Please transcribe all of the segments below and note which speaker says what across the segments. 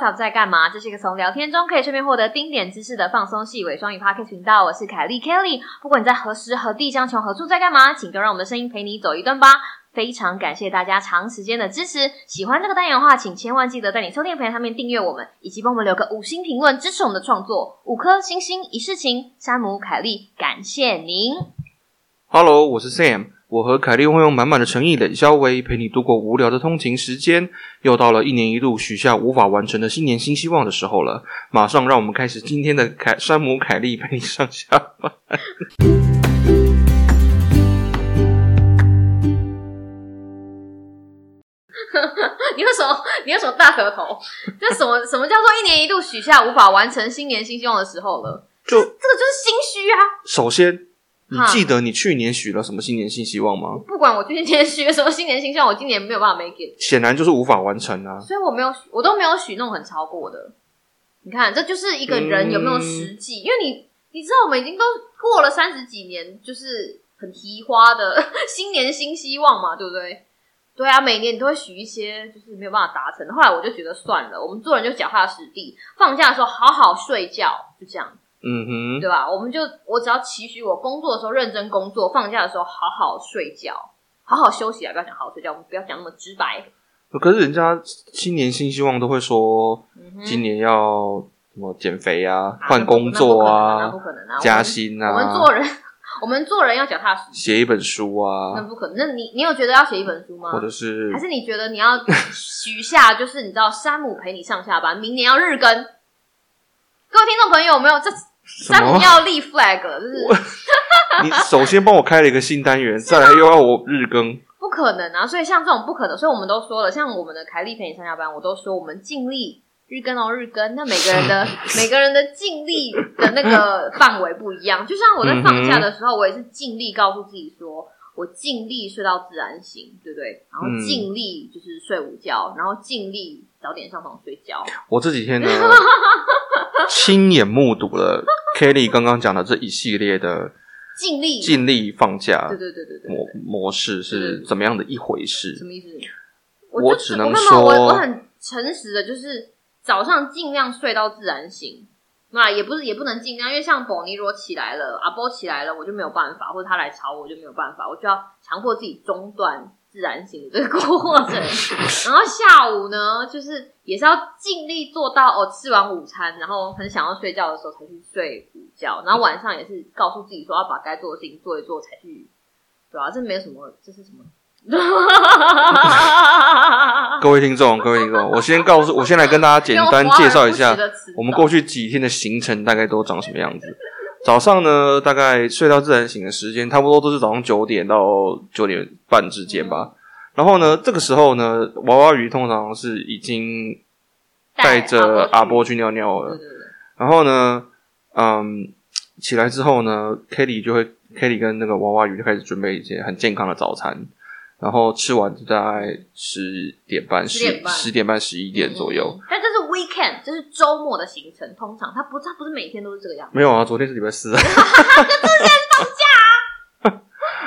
Speaker 1: 到底在干嘛？这是一个从聊天中可以顺便获得丁点知识的放松系伪双语 Podcast 频道。我是凯莉 Kelly。不管你在何时何地、将穷何处在干嘛，请就让我们的声音陪你走一段吧。非常感谢大家长时间的支持。喜欢这个单元的话，请千万记得在你收听的平台上面订阅我们，以及帮我们留个五星评论支持我们的创作。五颗星星一世情，山姆凯莉，感谢您。
Speaker 2: Hello，我是 Sam，我和凯莉会用满满的诚意、冷笑微陪你度过无聊的通勤时间。又到了一年一度许下无法完成的新年新希望的时候了，马上让我们开始今天的凯山姆凯莉陪你上下班。
Speaker 1: 你为什么？你为什么大舌头？这什么？什么叫做一年一度许下无法完成新年新希望的时候了？这
Speaker 2: 就
Speaker 1: 个就是心虚啊！
Speaker 2: 首先，你
Speaker 1: 哈
Speaker 2: 记得你去年许了什么新年新希望吗？
Speaker 1: 不管我去年许了什么新年新希望，我今年没有办法 make it，
Speaker 2: 显然就是无法完成啊。
Speaker 1: 所以我没有许，我都没有许那种很超过的。你看，这就是一个人有没有实际，因为你你知道，我们已经都过了三十几年，就是很提花的 新年新希望嘛，对不对？对啊，每年你都会许一些就是没有办法达成的。后来我就觉得算了，我们做人就脚踏实地，放假的时候好好睡觉，就这样。
Speaker 2: 嗯哼，
Speaker 1: 对吧？我们就我只要期许我工作的时候认真工作，放假的时候好好睡觉，好好休息啊！不要讲好好睡觉，我们不要讲那么直白。
Speaker 2: 可是人家新年新希望都会说
Speaker 1: 嗯哼，
Speaker 2: 今年要什么减肥啊、
Speaker 1: 啊
Speaker 2: 换工作
Speaker 1: 那
Speaker 2: 啊
Speaker 1: 不、可能那不可能啊！
Speaker 2: 加
Speaker 1: 我
Speaker 2: 薪
Speaker 1: 们我们
Speaker 2: 啊、
Speaker 1: 做人，我们做人要脚踏实地，
Speaker 2: 写一本书
Speaker 1: 那
Speaker 2: 啊，
Speaker 1: 不可能。那你你有觉得要写一本书吗
Speaker 2: 或？者是
Speaker 1: 还是你觉得你要许下，就是你知道山姆陪你上下班，明年要日更？各位听众朋友，有没有这
Speaker 2: 什
Speaker 1: 山姆
Speaker 2: 么？
Speaker 1: 要立 flag，就是
Speaker 2: 你首先帮我开了一个新单元，再来又要我日更，
Speaker 1: 不可能啊！所以像这种不可能，所以我们都说了，像我们的凯丽陪你上下班，我都说我们尽力日更哦，日更。那每个人 的每个人的尽力的那个范围不一样。就像我在放假的时候，我也是尽力告诉自己说，我尽力睡到自然醒，对不对？然后
Speaker 2: 嗯
Speaker 1: 尽力就是睡午觉，然后尽力早点上床睡觉。
Speaker 2: 我这几 天呢，亲眼目睹了 Kelly 刚刚讲的这一系列的
Speaker 1: 尽力，
Speaker 2: 尽力放假
Speaker 1: 对对对对对对嗯
Speaker 2: 模模式是怎么样的一回事
Speaker 1: 什？么意思？
Speaker 2: 我
Speaker 1: 我就
Speaker 2: 只能
Speaker 1: 我没有
Speaker 2: 说
Speaker 1: 我我很诚实的，就是早上尽量睡到自然醒。那也不是也不能尽量，因为像宝妮如果起来了，阿波起来了，我就没有办法，或者他来吵我，我就没有办法，我就要强迫自己中断自然醒的这个过 程。然后下午呢，就是也是要尽力做到哦，吃完午餐，然后很想要睡觉的时候才去睡午觉，然后晚上也是告诉自己说要把该做的事情做一做才去，对啊，这没有什么，这是什么？
Speaker 2: 各位听众，各位听众，我先告诉，我先来跟大家简单介绍一下，我们过
Speaker 1: 去
Speaker 2: 去几天的行程大概都长什么样子？早上呢，大概睡到自然醒的时间，差不多都是早上九点到九点半之间吧。然后呢，这个时候呢，娃娃鱼通常是已经带着阿波去尿尿
Speaker 1: 对
Speaker 2: 了。
Speaker 1: 对对，
Speaker 2: 然后呢，嗯，起来之后呢，Kelly 就会 Kelly 跟那个娃娃鱼就开始准备一些很健康的早餐。然后吃完就大概十点半、十
Speaker 1: 10点半
Speaker 2: 十点半、十一点左右。
Speaker 1: 嗯。嗯嗯但这是 weekend，这是周末的行程，通常它不它不是每天都是这个样子。
Speaker 2: 没有啊，昨天是礼拜四。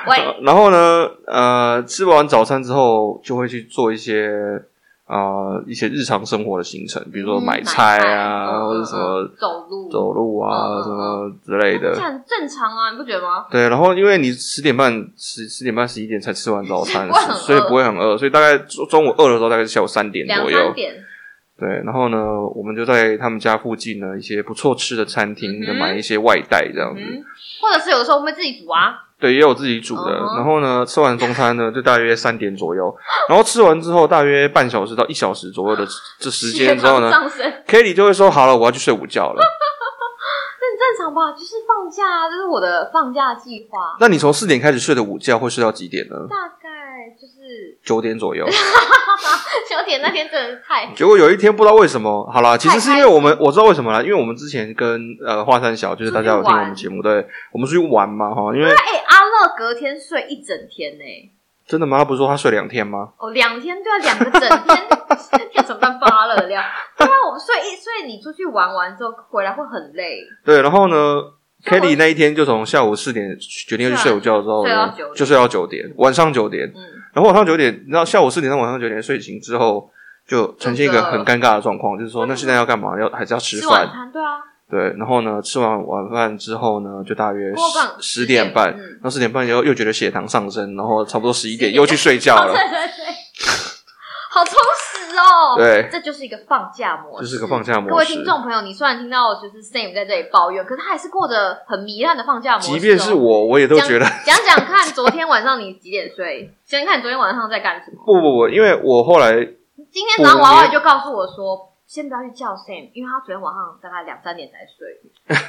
Speaker 1: 喂，
Speaker 2: 然后呢，呃，吃完早餐之后，就会去做一些呃一些日常生活的行程，比如说
Speaker 1: 嗯
Speaker 2: 买
Speaker 1: 菜
Speaker 2: 菜啊，
Speaker 1: 嗯嗯
Speaker 2: 或者什么
Speaker 1: 嗯走路
Speaker 2: 走路啊，
Speaker 1: 嗯嗯
Speaker 2: 什么之类
Speaker 1: 这
Speaker 2: 的。
Speaker 1: 很正常啊，你不觉得吗？
Speaker 2: 对，然后因为你十点半、十十点半、十一点才吃完 早餐
Speaker 1: 不会很，饿
Speaker 2: 所以不会很饿，所以大概中中午饿的时候大概是下午三点
Speaker 1: 两
Speaker 2: 左
Speaker 1: 三
Speaker 2: 右。
Speaker 1: 点，
Speaker 2: 对，然后呢，我们就在他们家附近的一些不错吃的餐厅，
Speaker 1: 嗯哼
Speaker 2: 就买一些外带这样子。
Speaker 1: 嗯，或者是有的时候我们会自己煮啊，
Speaker 2: 对，也有自己煮的。
Speaker 1: 嗯哼
Speaker 2: 然后呢，吃完中餐呢，就大约三点左右。然后吃完之后，大约半小时到一小时左右的这时间之后
Speaker 1: 血
Speaker 2: 呢
Speaker 1: 糖上升，
Speaker 2: ，Kelly 就会说：“好了，我要去睡午觉了。
Speaker 1: 这很正常吧？就是放假啊，这是我的放假计”划，
Speaker 2: 那你从四点开始睡的午觉会睡到几点呢？
Speaker 1: 大概就是
Speaker 2: 九点左右。
Speaker 1: 小铁那天真的是太
Speaker 2: 结果有一天不知道为什么，好啦，其实是因为我们
Speaker 1: 太开
Speaker 2: 我知道为什么啦，因为我们之前跟呃华山小，就是大家有听我们节目，对我们出去玩嘛哈，因为
Speaker 1: 哎、阿乐隔天睡一整天呢、
Speaker 2: 真的吗？他不是说他睡两天吗？
Speaker 1: 哦，两天对啊，两个整天，要怎么办？发了了，对啊，我们睡一睡，你出去玩完之后回来会很累，
Speaker 2: 对，然后呢
Speaker 1: 那我
Speaker 2: ，Kelly 那一天就从下午四点决定要去睡午觉之后
Speaker 1: 睡到
Speaker 2: 呢
Speaker 1: 9点，
Speaker 2: 就睡到九点，晚上九点。
Speaker 1: 嗯，
Speaker 2: 然后晚上九点，你知道下午四点到晚上九点睡醒之后，就呈现一个很尴尬的状况，就是说那现在要干嘛？要还是要吃
Speaker 1: 吃晚
Speaker 2: 饭？
Speaker 1: 餐，对啊，
Speaker 2: 对，然后呢，吃完晚饭之后呢，就大约
Speaker 1: 过磅
Speaker 2: 十十点半，
Speaker 1: 嗯
Speaker 2: 然后十点半以后又觉得血糖上升，然后差不多十一点
Speaker 1: 11
Speaker 2: 又去睡觉
Speaker 1: 哦
Speaker 2: 了。
Speaker 1: 对对对，好充实哦。
Speaker 2: 对
Speaker 1: 这就是一个放假模
Speaker 2: 这
Speaker 1: 式，
Speaker 2: 是个放假模式
Speaker 1: 各位听众朋友，你虽然听到就是 Sam 在这里抱怨，可是他还是过着很糜烂的放假模式、哦。
Speaker 2: 即便是我，我也都觉得
Speaker 1: 讲讲看，昨天晚上你几点睡？先看昨天晚上在干什么。
Speaker 2: 不不不，因为我后来
Speaker 1: 今天早上娃娃就告诉我说，先不要去叫 Sam，因为他昨天晚上大概两三点才睡，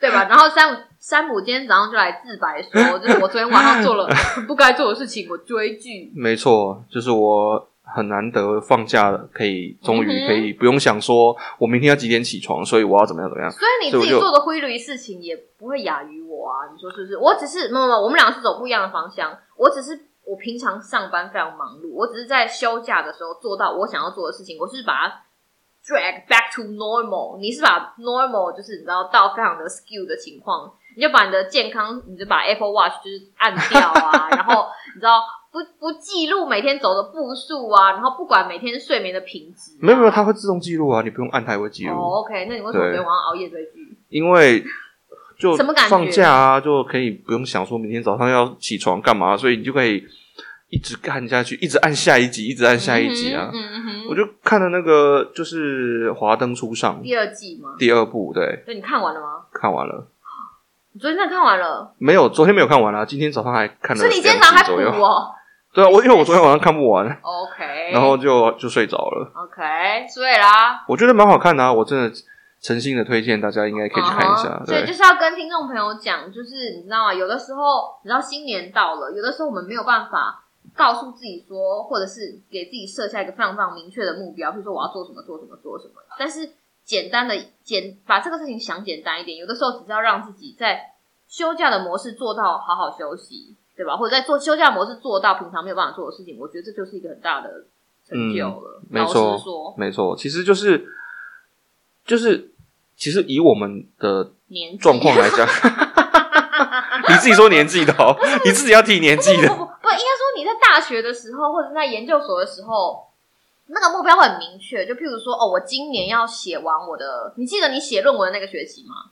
Speaker 1: 对吧？然后山姆山姆今天早上就来自白说，就是我昨天晚上做了很不该做的事情，我追剧。
Speaker 2: 没错，就是我很难得放假了，可以终
Speaker 1: 嗯
Speaker 2: 于
Speaker 1: 哼
Speaker 2: 可以不用想说我明天要几点起床，所以我要怎么样怎么样。
Speaker 1: 所以你
Speaker 2: 所以
Speaker 1: 自己
Speaker 2: 我就
Speaker 1: 做的灰驴事情也不会亚于我啊，你说是不是？我只是没有没有，我们两个是走不一样的方向。我只是我平常上班非常忙碌，我只是在休假的时候做到我想要做的事情，我是把它 drag back to normal。你是把 normal 就是你知道到非常的 skew 的情况，你就把你的健康，你就把 Apple Watch 就是按掉啊，然 后你知道。不不记录每天走的步数啊，然后不管每天睡眠的品质啊、
Speaker 2: 没有没有，它会自动记录啊，你不用按它也会记录，
Speaker 1: 哦，OK，那你为什么昨
Speaker 2: 对
Speaker 1: 天晚上熬夜追剧？
Speaker 2: 因为就
Speaker 1: 什么感觉
Speaker 2: 放假啊，就可以不用想说明天早上要起床干嘛，所以你就可以一直看下去，一直按下一集，一直按下一集啊。
Speaker 1: 嗯哼嗯哼
Speaker 2: 我就看了那个就是《华灯初上》
Speaker 1: 第二季吗？
Speaker 2: 第二部，对，
Speaker 1: 对，你看完了吗？
Speaker 2: 看完了。
Speaker 1: 你昨天真的看完了，
Speaker 2: 没有，昨天没有看完啊啦、今天早上还看了
Speaker 1: 所以
Speaker 2: 两
Speaker 1: 你
Speaker 2: 集
Speaker 1: 今天早上还补
Speaker 2: 左右。
Speaker 1: 哦。
Speaker 2: 对啊，我因为我昨天晚上看不完，
Speaker 1: OK，
Speaker 2: 然后就就睡着了。
Speaker 1: OK，所以啦，
Speaker 2: 我觉得蛮好看的啊，我真的诚心的推荐大家，应该可以去看一下
Speaker 1: 嗯。哼所以就
Speaker 2: 对，
Speaker 1: 是要跟听众朋友讲，就是你知道吗？有的时候，你知道新年到了，有的时候我们没有办法告诉自己说，或者是给自己设下一个非常非常明确的目标，比如说我要做什么，做什么，做什么。但是简单的简把这个事情想简单一点，有的时候只是要让自己在休假的模式做到好好休息，对吧？或者在做休假模式做到平常没有办法做的事情，我觉得这就是一个很大的成就了。
Speaker 2: 嗯没
Speaker 1: 老实
Speaker 2: 错
Speaker 1: 说，
Speaker 2: 没错，其实就是就是，其实以我们的
Speaker 1: 年纪
Speaker 2: 状况来 讲，你自己说年纪的哦，你自己要提年纪
Speaker 1: 不
Speaker 2: 的，
Speaker 1: 不不，不应该说你在大学的时候，或者在研究所的时候，那个目标会很明确。就譬如说，哦，我今年要写完我的，你记得你写论文的那个学期吗？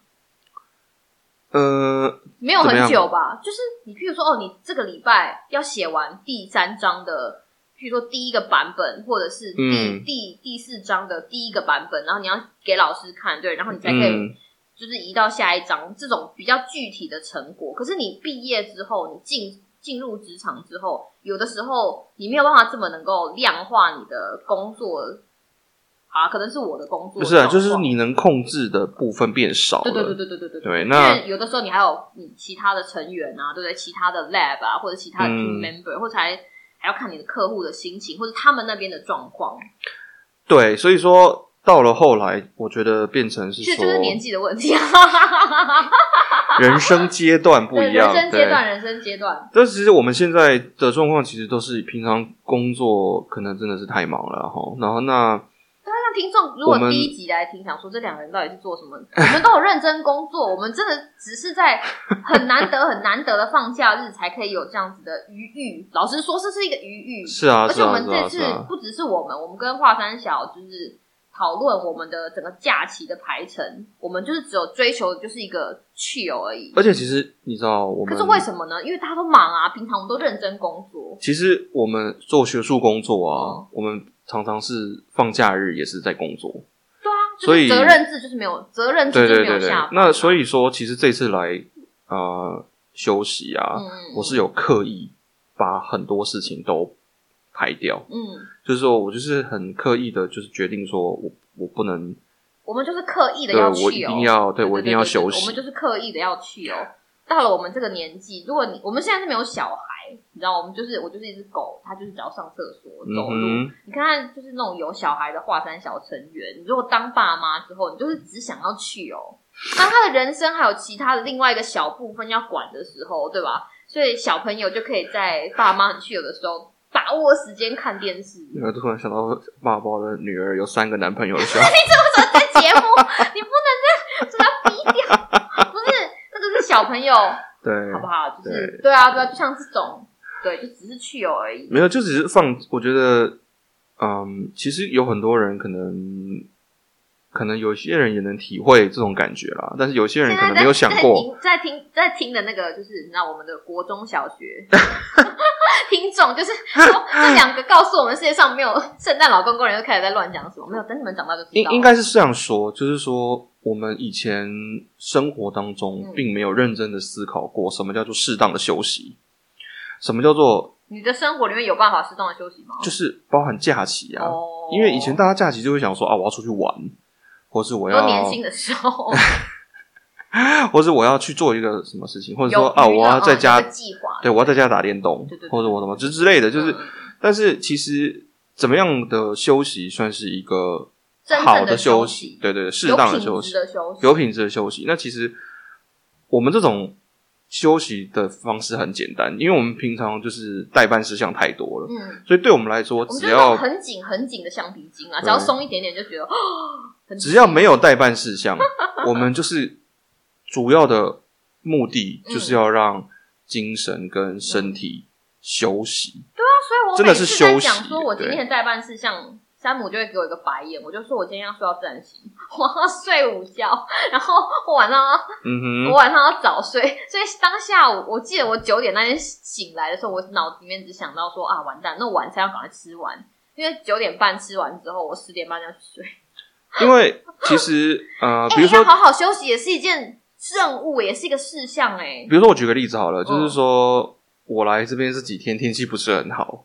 Speaker 2: 呃，
Speaker 1: 没有
Speaker 2: 怎么
Speaker 1: 很
Speaker 2: 样
Speaker 1: 久吧，就是你譬如说，哦，你这个礼拜要写完第三章的，譬如说第一个版本，或者是第、
Speaker 2: 嗯
Speaker 1: 第第四章的第一个版本，然后你要给老师看，对，然后你 才可以
Speaker 2: 嗯，
Speaker 1: 就是移到下一章这种比较具体的成果。可是你毕业之后，你进进入职场之后，有的时候你没有办法这么能够量化你的工作啊，可能是我的工作
Speaker 2: 不是啊，
Speaker 1: 状况
Speaker 2: 就是你能控制的部分变少
Speaker 1: 对对对
Speaker 2: 了。
Speaker 1: 对对对对
Speaker 2: 对，
Speaker 1: 因
Speaker 2: 那
Speaker 1: 为有的时候你还有你其他的成员啊，对不对？其他的 lab 啊，或者其他的 team
Speaker 2: 嗯
Speaker 1: member，、或者还还要看你的客户的心情，或者他们那边的状况，
Speaker 2: 对，所以说到了后来，我觉得变成是
Speaker 1: 其实
Speaker 2: 说
Speaker 1: 就是年纪的问题啊。
Speaker 2: 人生阶段不
Speaker 1: 对，
Speaker 2: 一样，
Speaker 1: 人生
Speaker 2: 对。
Speaker 1: 阶段，人生阶段，
Speaker 2: 但其实我们现在的状况，其实都是平常工作可能真的是太忙了哈。然后那
Speaker 1: 那听众如果
Speaker 2: 我们
Speaker 1: 第一集来听，想说这两个人到底是做什么？我们都有认真工 作，我们真的只是在很难得、很难得的放假日才可以有这样子的余裕。老实说，这是一个余裕。
Speaker 2: 是啊，
Speaker 1: 而
Speaker 2: 是
Speaker 1: 且我
Speaker 2: 啊，
Speaker 1: 们
Speaker 2: 是
Speaker 1: 这
Speaker 2: 啊，
Speaker 1: 次
Speaker 2: 是啊，
Speaker 1: 不只是我们，我们跟华山小就是讨论我们的整个假期的排程，我们就是只有追求的就是一个 chill 而已。
Speaker 2: 而且其实你知道，我
Speaker 1: 可
Speaker 2: 们
Speaker 1: 是为什么呢？因为大家都忙啊，平常我们都认真工作。
Speaker 2: 其实我们做学术工作啊
Speaker 1: 哦，
Speaker 2: 我们常常是放假日也是在工作。
Speaker 1: 对啊，就
Speaker 2: 所
Speaker 1: 是
Speaker 2: 以
Speaker 1: 责任制就是没有责任制
Speaker 2: 对
Speaker 1: 就是
Speaker 2: 对
Speaker 1: 没有
Speaker 2: 对对
Speaker 1: 下班啊。。
Speaker 2: 那所以说，其实这次来呃休息啊，
Speaker 1: 嗯，
Speaker 2: 我是有刻意把很多事情都排掉，
Speaker 1: 嗯。
Speaker 2: 就是说我就是很刻意的，就是决定说我我不能
Speaker 1: 我们就是刻意的
Speaker 2: 对
Speaker 1: 要去哦，
Speaker 2: 我一定要，对
Speaker 1: 对
Speaker 2: 我一定要休
Speaker 1: 我们
Speaker 2: 息。
Speaker 1: 就是刻意的要去哦。到了我们这个年纪，如果你我们现在是没有小孩，你知道，我们就是我就是一只狗，它就是只要上厕所、走路。
Speaker 2: 嗯哼，
Speaker 1: 你看看，就是那种有小孩的华山小成员，你如果当爸妈之后，你就是只想要去哦。那他的人生还有其他的另外一个小部分要管的时候，对吧？所以小朋友就可以在爸妈很去有的时候，把握时间看电视。
Speaker 2: 因为突然想到爸爸的女儿有三个男朋友的 时候，
Speaker 1: 这节目，你不能再这要逼掉，不是那个是小朋友，好
Speaker 2: 对，
Speaker 1: 不好？就是
Speaker 2: 对
Speaker 1: 对啊，对啊，就像这种，对，就只是去游而已。
Speaker 2: 没有，就只是放，我觉得嗯，其实有很多人可能，可能有些人也能体会这种感觉啦，但是有些人
Speaker 1: 啊
Speaker 2: 可能没有想过，
Speaker 1: 在在听在听的那个，就是你知道我们的国中小学 听众，就是说这两个告诉我们世界上没有圣诞老公公的人，就开始在乱讲什么。没有，等你们长大就知
Speaker 2: 应
Speaker 1: 道了。
Speaker 2: 应该是这样说，就是说我们以前生活当中
Speaker 1: 嗯
Speaker 2: 并没有认真的思考过什么叫做适当的休息，什么叫做
Speaker 1: 你的生活里面有办法适当的休息吗？
Speaker 2: 就是包含假期啊，
Speaker 1: 哦，
Speaker 2: 因为以前大家假期就会想说啊，我要出去玩，或是我
Speaker 1: 哦都
Speaker 2: 要
Speaker 1: 年轻的时候
Speaker 2: 或是我要去做一个什么事情，或者
Speaker 1: 有
Speaker 2: 说啊，
Speaker 1: 余
Speaker 2: 我
Speaker 1: 的
Speaker 2: 要在
Speaker 1: 嗯
Speaker 2: 家
Speaker 1: 有个，计划，
Speaker 2: 对我要在家打电动，
Speaker 1: 对对对
Speaker 2: 或者我什么之之类的，就是，
Speaker 1: 嗯
Speaker 2: 但是其实怎么样的休息算是一个
Speaker 1: 真正
Speaker 2: 好
Speaker 1: 的
Speaker 2: 休
Speaker 1: 休
Speaker 2: 息
Speaker 1: 息？
Speaker 2: 对对，对适当
Speaker 1: 有
Speaker 2: 的
Speaker 1: 品
Speaker 2: 休
Speaker 1: 质
Speaker 2: 息，
Speaker 1: 的休息，
Speaker 2: 有品质的休息。那其实我们这种休息的方式很简单，因为我们平常就是代办事项太多了，
Speaker 1: 嗯，
Speaker 2: 所以对我们来说，
Speaker 1: 我们
Speaker 2: 只
Speaker 1: 就用
Speaker 2: 要
Speaker 1: 很紧很紧的橡皮筋啊，
Speaker 2: 对
Speaker 1: 只要松一点点就觉得，哦很
Speaker 2: 只要没有代办事项， 我们就是主要的目的
Speaker 1: 嗯
Speaker 2: 就是要让精神跟身体休息。
Speaker 1: 啊所以我
Speaker 2: 真的
Speaker 1: 每
Speaker 2: 是
Speaker 1: 次
Speaker 2: 休
Speaker 1: 在
Speaker 2: 息
Speaker 1: 讲说我今
Speaker 2: 对
Speaker 1: 天的代办事项，山姆就会给我一个白眼，我就说我今天要睡到自然醒， 我要睡午觉，然后我晚上要、
Speaker 2: 嗯
Speaker 1: 我
Speaker 2: 哼，
Speaker 1: 晚上要早睡，所以当下午我记得我九点那天醒来的时候，我脑子里面只想到说啊完蛋，那晚餐要赶快吃完，因为九点半吃完之后，我十点半就要去睡。
Speaker 2: 因为其实呃，
Speaker 1: 哎、
Speaker 2: 比如说
Speaker 1: 要，好好休息也是一件任务，也是一个事项哎、
Speaker 2: 比如说我举个例子好
Speaker 1: 哦
Speaker 2: 了，就是说我来这边这几天天气不是很好，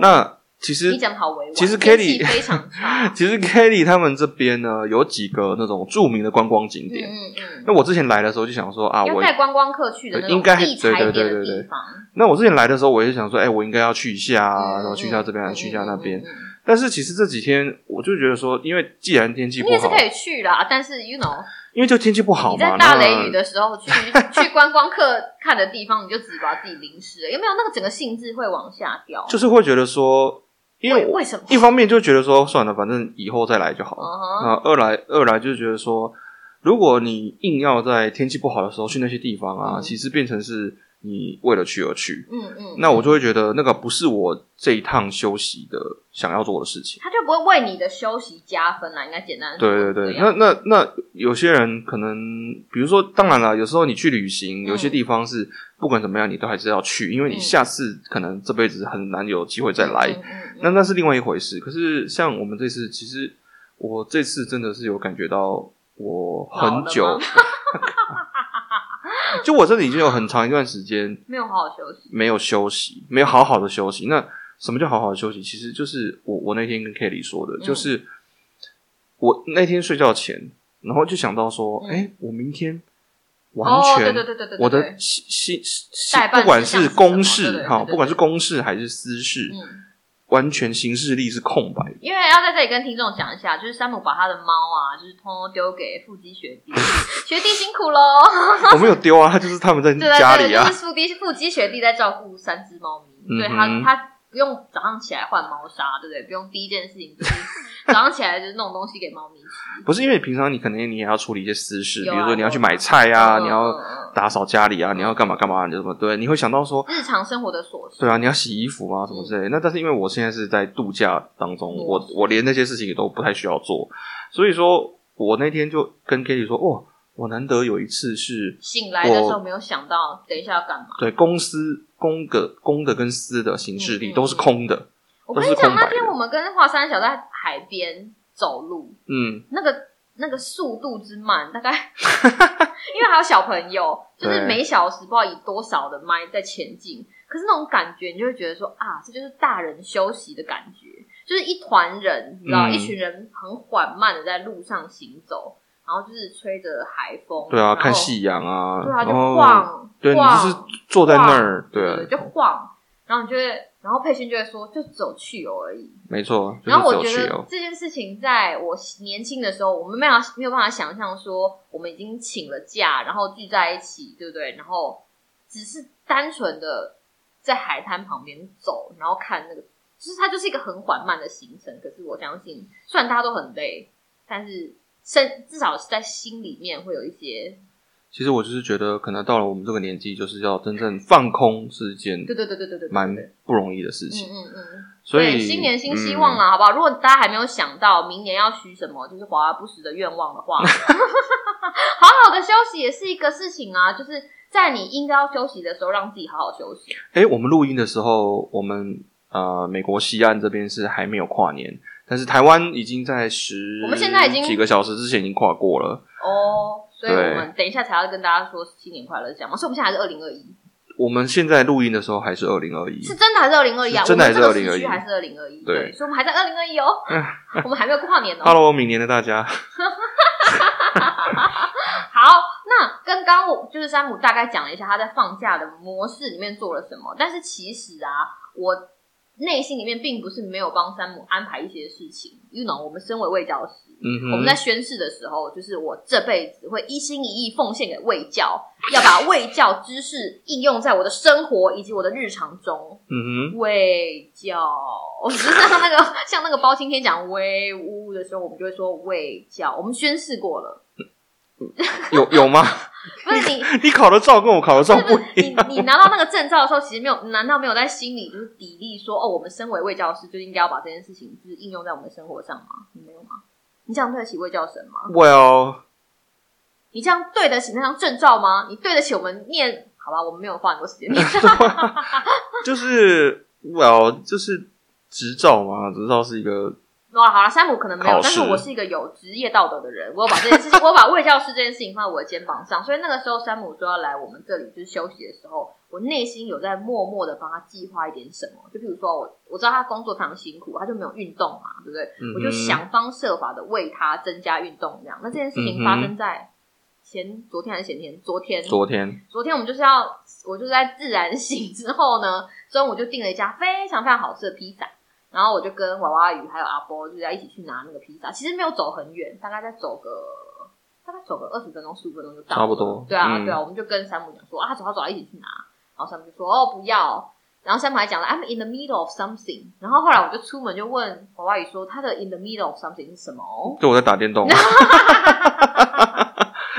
Speaker 2: 那其实
Speaker 1: 哦你讲得好委婉，
Speaker 2: 其实
Speaker 1: 天
Speaker 2: Kelly-
Speaker 1: 气非常 差，
Speaker 2: 其实 Kelly 他们这边呢有几个那种著名的观光景
Speaker 1: 嗯
Speaker 2: 点。
Speaker 1: 嗯嗯。
Speaker 2: 那我之前来的时候就想说啊，
Speaker 1: 要
Speaker 2: 我
Speaker 1: 带观光客去的那
Speaker 2: 对应
Speaker 1: 种
Speaker 2: 该
Speaker 1: 地踩点
Speaker 2: 对对对
Speaker 1: 的
Speaker 2: 对对
Speaker 1: 地方
Speaker 2: 那我之前来的时候，我也想说，哎、我应该要去一下
Speaker 1: 嗯
Speaker 2: 啊，然后去一下这边，
Speaker 1: 嗯
Speaker 2: 去一下那边
Speaker 1: 嗯。嗯嗯
Speaker 2: 但是其实这几天我就觉得说，因为既然天
Speaker 1: 嗯
Speaker 2: 气不
Speaker 1: 你也是
Speaker 2: 好
Speaker 1: 可，以去啦，但是 you know，
Speaker 2: 因为就天气不好
Speaker 1: 你
Speaker 2: 嘛，
Speaker 1: 在大雷雨的时候去 去观光客看的地方，你就只把自己淋湿了，有没有？那个整个兴致会往下掉
Speaker 2: 那。就是会觉得说，因为
Speaker 1: 为
Speaker 2: 我
Speaker 1: 为什么？
Speaker 2: 一方面就觉得说，算了，反正以后再来就好了。
Speaker 1: 嗯哼
Speaker 2: 那二来二来就是觉得说，如果你硬要在天气不好的时候去那些地方啊，
Speaker 1: 嗯
Speaker 2: 其实变成是你为了去而去，
Speaker 1: 嗯嗯，
Speaker 2: 那我就会觉得那个不是我这一趟休息的想要做的事情。
Speaker 1: 他就不会为你的休息加分啦，啊应该简单说
Speaker 2: 对对对，
Speaker 1: 这
Speaker 2: 那
Speaker 1: 样
Speaker 2: 那那有些人可能，比如说，当然了，有时候你去旅行，
Speaker 1: 嗯
Speaker 2: 有些地方是不管怎么样，你都还是要去，因为你
Speaker 1: 嗯
Speaker 2: 下次可能这辈子很难有机会再来，
Speaker 1: 嗯嗯嗯
Speaker 2: 那那是另外一回事。可是像我们这次，其实我这次真的是有感觉到，我很
Speaker 1: 老了
Speaker 2: 久， 就我这里已经有很长一段时间
Speaker 1: 没有好好休息。
Speaker 2: 没有休息，没有好好的休息。那什么叫好好的休息？其实就是我我那天跟 Kelly 说的，
Speaker 1: 嗯
Speaker 2: 就是我那天睡觉前，然后就想到说，
Speaker 1: 嗯
Speaker 2: 哎、我明天完
Speaker 1: 哦，对
Speaker 2: 全
Speaker 1: 对对对对，对
Speaker 2: 我的
Speaker 1: 对
Speaker 2: 西西西
Speaker 1: 代，办
Speaker 2: 不管
Speaker 1: 事项
Speaker 2: 是
Speaker 1: 是
Speaker 2: 公
Speaker 1: 什么对
Speaker 2: 事
Speaker 1: 对
Speaker 2: 哈，
Speaker 1: 对对
Speaker 2: 不管是公事还是私事，
Speaker 1: 嗯。
Speaker 2: 完全行事力是空白 的。
Speaker 1: 因为要在这里跟听众讲一下，就是山姆把他的猫啊，就是通通丢给腹肌学 弟，学弟辛苦喽。
Speaker 2: 我没有丢啊，就是他们在
Speaker 1: 对对
Speaker 2: 家
Speaker 1: 对，
Speaker 2: 里
Speaker 1: 就
Speaker 2: 啊
Speaker 1: 是。腹肌腹肌学弟在照顾三只猫咪，对
Speaker 2: 嗯
Speaker 1: 他
Speaker 2: 哼
Speaker 1: 他不用早上起来换猫砂，对不对？不用第一件事情就是早上起来就是弄东西给猫咪吃。
Speaker 2: 不是因为平常你可能你也要处理一些私事，比
Speaker 1: 有啊
Speaker 2: 如说你要去买菜啊，
Speaker 1: 嗯
Speaker 2: 你要
Speaker 1: 嗯嗯
Speaker 2: 打扫家里啊，你要干嘛干嘛，你怎么对？你会想到说，
Speaker 1: 日常生活的琐事，
Speaker 2: 对啊，你要洗衣服啊什么之类的。那但是因为我现在是在度假当中，
Speaker 1: 嗯
Speaker 2: 我我连那些事情也都不太需要做，所以说我那天就跟 Kitty 说，哦，我难得有一次是
Speaker 1: 醒来的时
Speaker 2: 我
Speaker 1: 候没有想到等一下要干嘛。
Speaker 2: 对公司公的公的跟私的形式力
Speaker 1: 嗯
Speaker 2: 都是空的，
Speaker 1: 我跟
Speaker 2: 都
Speaker 1: 你
Speaker 2: 是空
Speaker 1: 讲，
Speaker 2: 白的
Speaker 1: 那天我们跟华山小在海边走路，
Speaker 2: 嗯，
Speaker 1: 那个那个速度之慢， 大概因为还有小朋友，就是
Speaker 2: 对
Speaker 1: 每小时不知道以多少的麦在前进，可是那种感觉，你就会觉得说啊，这就是大人休息的感觉，就是一团人，你知道，
Speaker 2: 嗯
Speaker 1: 一群人很缓慢的在路上行走，然后就是吹着海风，
Speaker 2: 对啊，
Speaker 1: 哦然后
Speaker 2: 看，夕阳啊，
Speaker 1: 对啊，就
Speaker 2: 然后
Speaker 1: 晃，
Speaker 2: 对你
Speaker 1: 晃
Speaker 2: 就是坐在那儿，对啊，
Speaker 1: 对，就晃，然后你就会，然后佩勋就会说，就只有去游而已，
Speaker 2: 没错，就是
Speaker 1: 然后我
Speaker 2: 走
Speaker 1: 觉
Speaker 2: 去
Speaker 1: 得
Speaker 2: 哦，
Speaker 1: 这件事情，在我年轻的时候，我们没有没有办法想象说，我们已经请了假，然后聚在一起，对不对？然后只是单纯的在海滩旁边走，然后看那个，就是它就是一个很缓慢的行程。可是我相信，虽然大家都很累，但是身至少是在心里面会有一些
Speaker 2: 其实我就是觉得，可能到了我们这个年纪，就是要真正放空是一件
Speaker 1: 对对对对对对，对
Speaker 2: 蛮
Speaker 1: 对
Speaker 2: 不容易的事
Speaker 1: 嗯
Speaker 2: 情。
Speaker 1: 嗯嗯，
Speaker 2: 所
Speaker 1: 对
Speaker 2: 以嗯
Speaker 1: 新年新希望啦，好不好？如果大家还没有想到明年要许什么，就是华而不实的愿望的 话，好好的休息也是一个事情啊，就是在你应该要休息的时候，让自己好好休息。
Speaker 2: 哎、诶我们录音的时候，我们呃美国西岸这边是还没有跨年，但是台湾已经在十
Speaker 1: 我们现在已经
Speaker 2: 几个小时之前已经跨过了。
Speaker 1: 哦，所以我
Speaker 2: 对
Speaker 1: 们等一下才要跟大家说新年快乐是这样吗？所以我们现在还是二零二一，
Speaker 2: 嗯我们现在录音的时候还是二零二一，
Speaker 1: 是真的还是二零二一啊？
Speaker 2: 是真的还是
Speaker 1: 我们这个时区
Speaker 2: 2021
Speaker 1: 还是二零二一？
Speaker 2: 对
Speaker 1: 对，所以我们还在二零二 一哦，我们还没有跨年哦。
Speaker 2: Hello，明年的大家，
Speaker 1: 好，那跟刚刚我就是山姆大概讲了一下他在放假的模式里面做了什么，但是其实啊，我内心里面并不是没有帮山姆安排一些事情。You know，我们身为卫教师，
Speaker 2: 嗯哼，
Speaker 1: 我们在宣誓的时候，就是我这辈子会一心一意奉献给卫教，要把卫教知识应用在我的生活以及我的日常中。
Speaker 2: 嗯
Speaker 1: 卫教，就是像那个 像那个包青天讲威武的时候，我们就会说卫教，我们宣誓过了。
Speaker 2: 哼，有有吗？
Speaker 1: 不是你，
Speaker 2: 你考的照跟我考的照
Speaker 1: 不
Speaker 2: 不
Speaker 1: 是你你拿到那个证照的时候，其实没有，难道没有在心里就是砥砺说，哦，我们身为卫教师，就应该要把这件事情就是应用在我们的生活上吗？你没有吗？你这样对得起卫教神吗？
Speaker 2: ，Well，
Speaker 1: 你这样对得起那张证照吗？你对得起我们念？好吧，我们没有花很多时间念。
Speaker 2: 就是 Well，就是执照嘛，执照是一个
Speaker 1: 哇，哦好了，山姆可能没有
Speaker 2: 考，
Speaker 1: 但
Speaker 2: 试
Speaker 1: 是我是一个有职业道德的人，我有把这件事情，我有把卫教师这件事情放在我的肩膀上，所以那个时候山姆说要来我们这里就是休息的时候，我内心有在默默的帮他计划一点什么，就比如说我我知道他工作非常辛苦，他就没有运动嘛，对不对？
Speaker 2: 嗯哼
Speaker 1: 我就想方设法的为他增加运动量。那这件事情
Speaker 2: 嗯
Speaker 1: 发生在前昨天还是前天？昨天，
Speaker 2: 昨天，
Speaker 1: 昨天我们就是要，我就在自然醒 之后呢，中午就订了一家非常非常好吃的披萨，然后我就跟娃娃鱼还有阿波就要一起去拿那个披萨，其实没有走很远，大概再走个大概走个二十分钟十五分钟就到了，
Speaker 2: 差不多
Speaker 1: 对啊、
Speaker 2: 嗯
Speaker 1: 对啊，我们就跟山姆讲说啊走啊走啊一起去拿，然后山姆就说哦不要。然后山姆还讲了 I'm in the middle of something，然后后来我就出门就问娃娃鱼说他的 in the middle of something 是什么哦？
Speaker 2: 就我在打电动。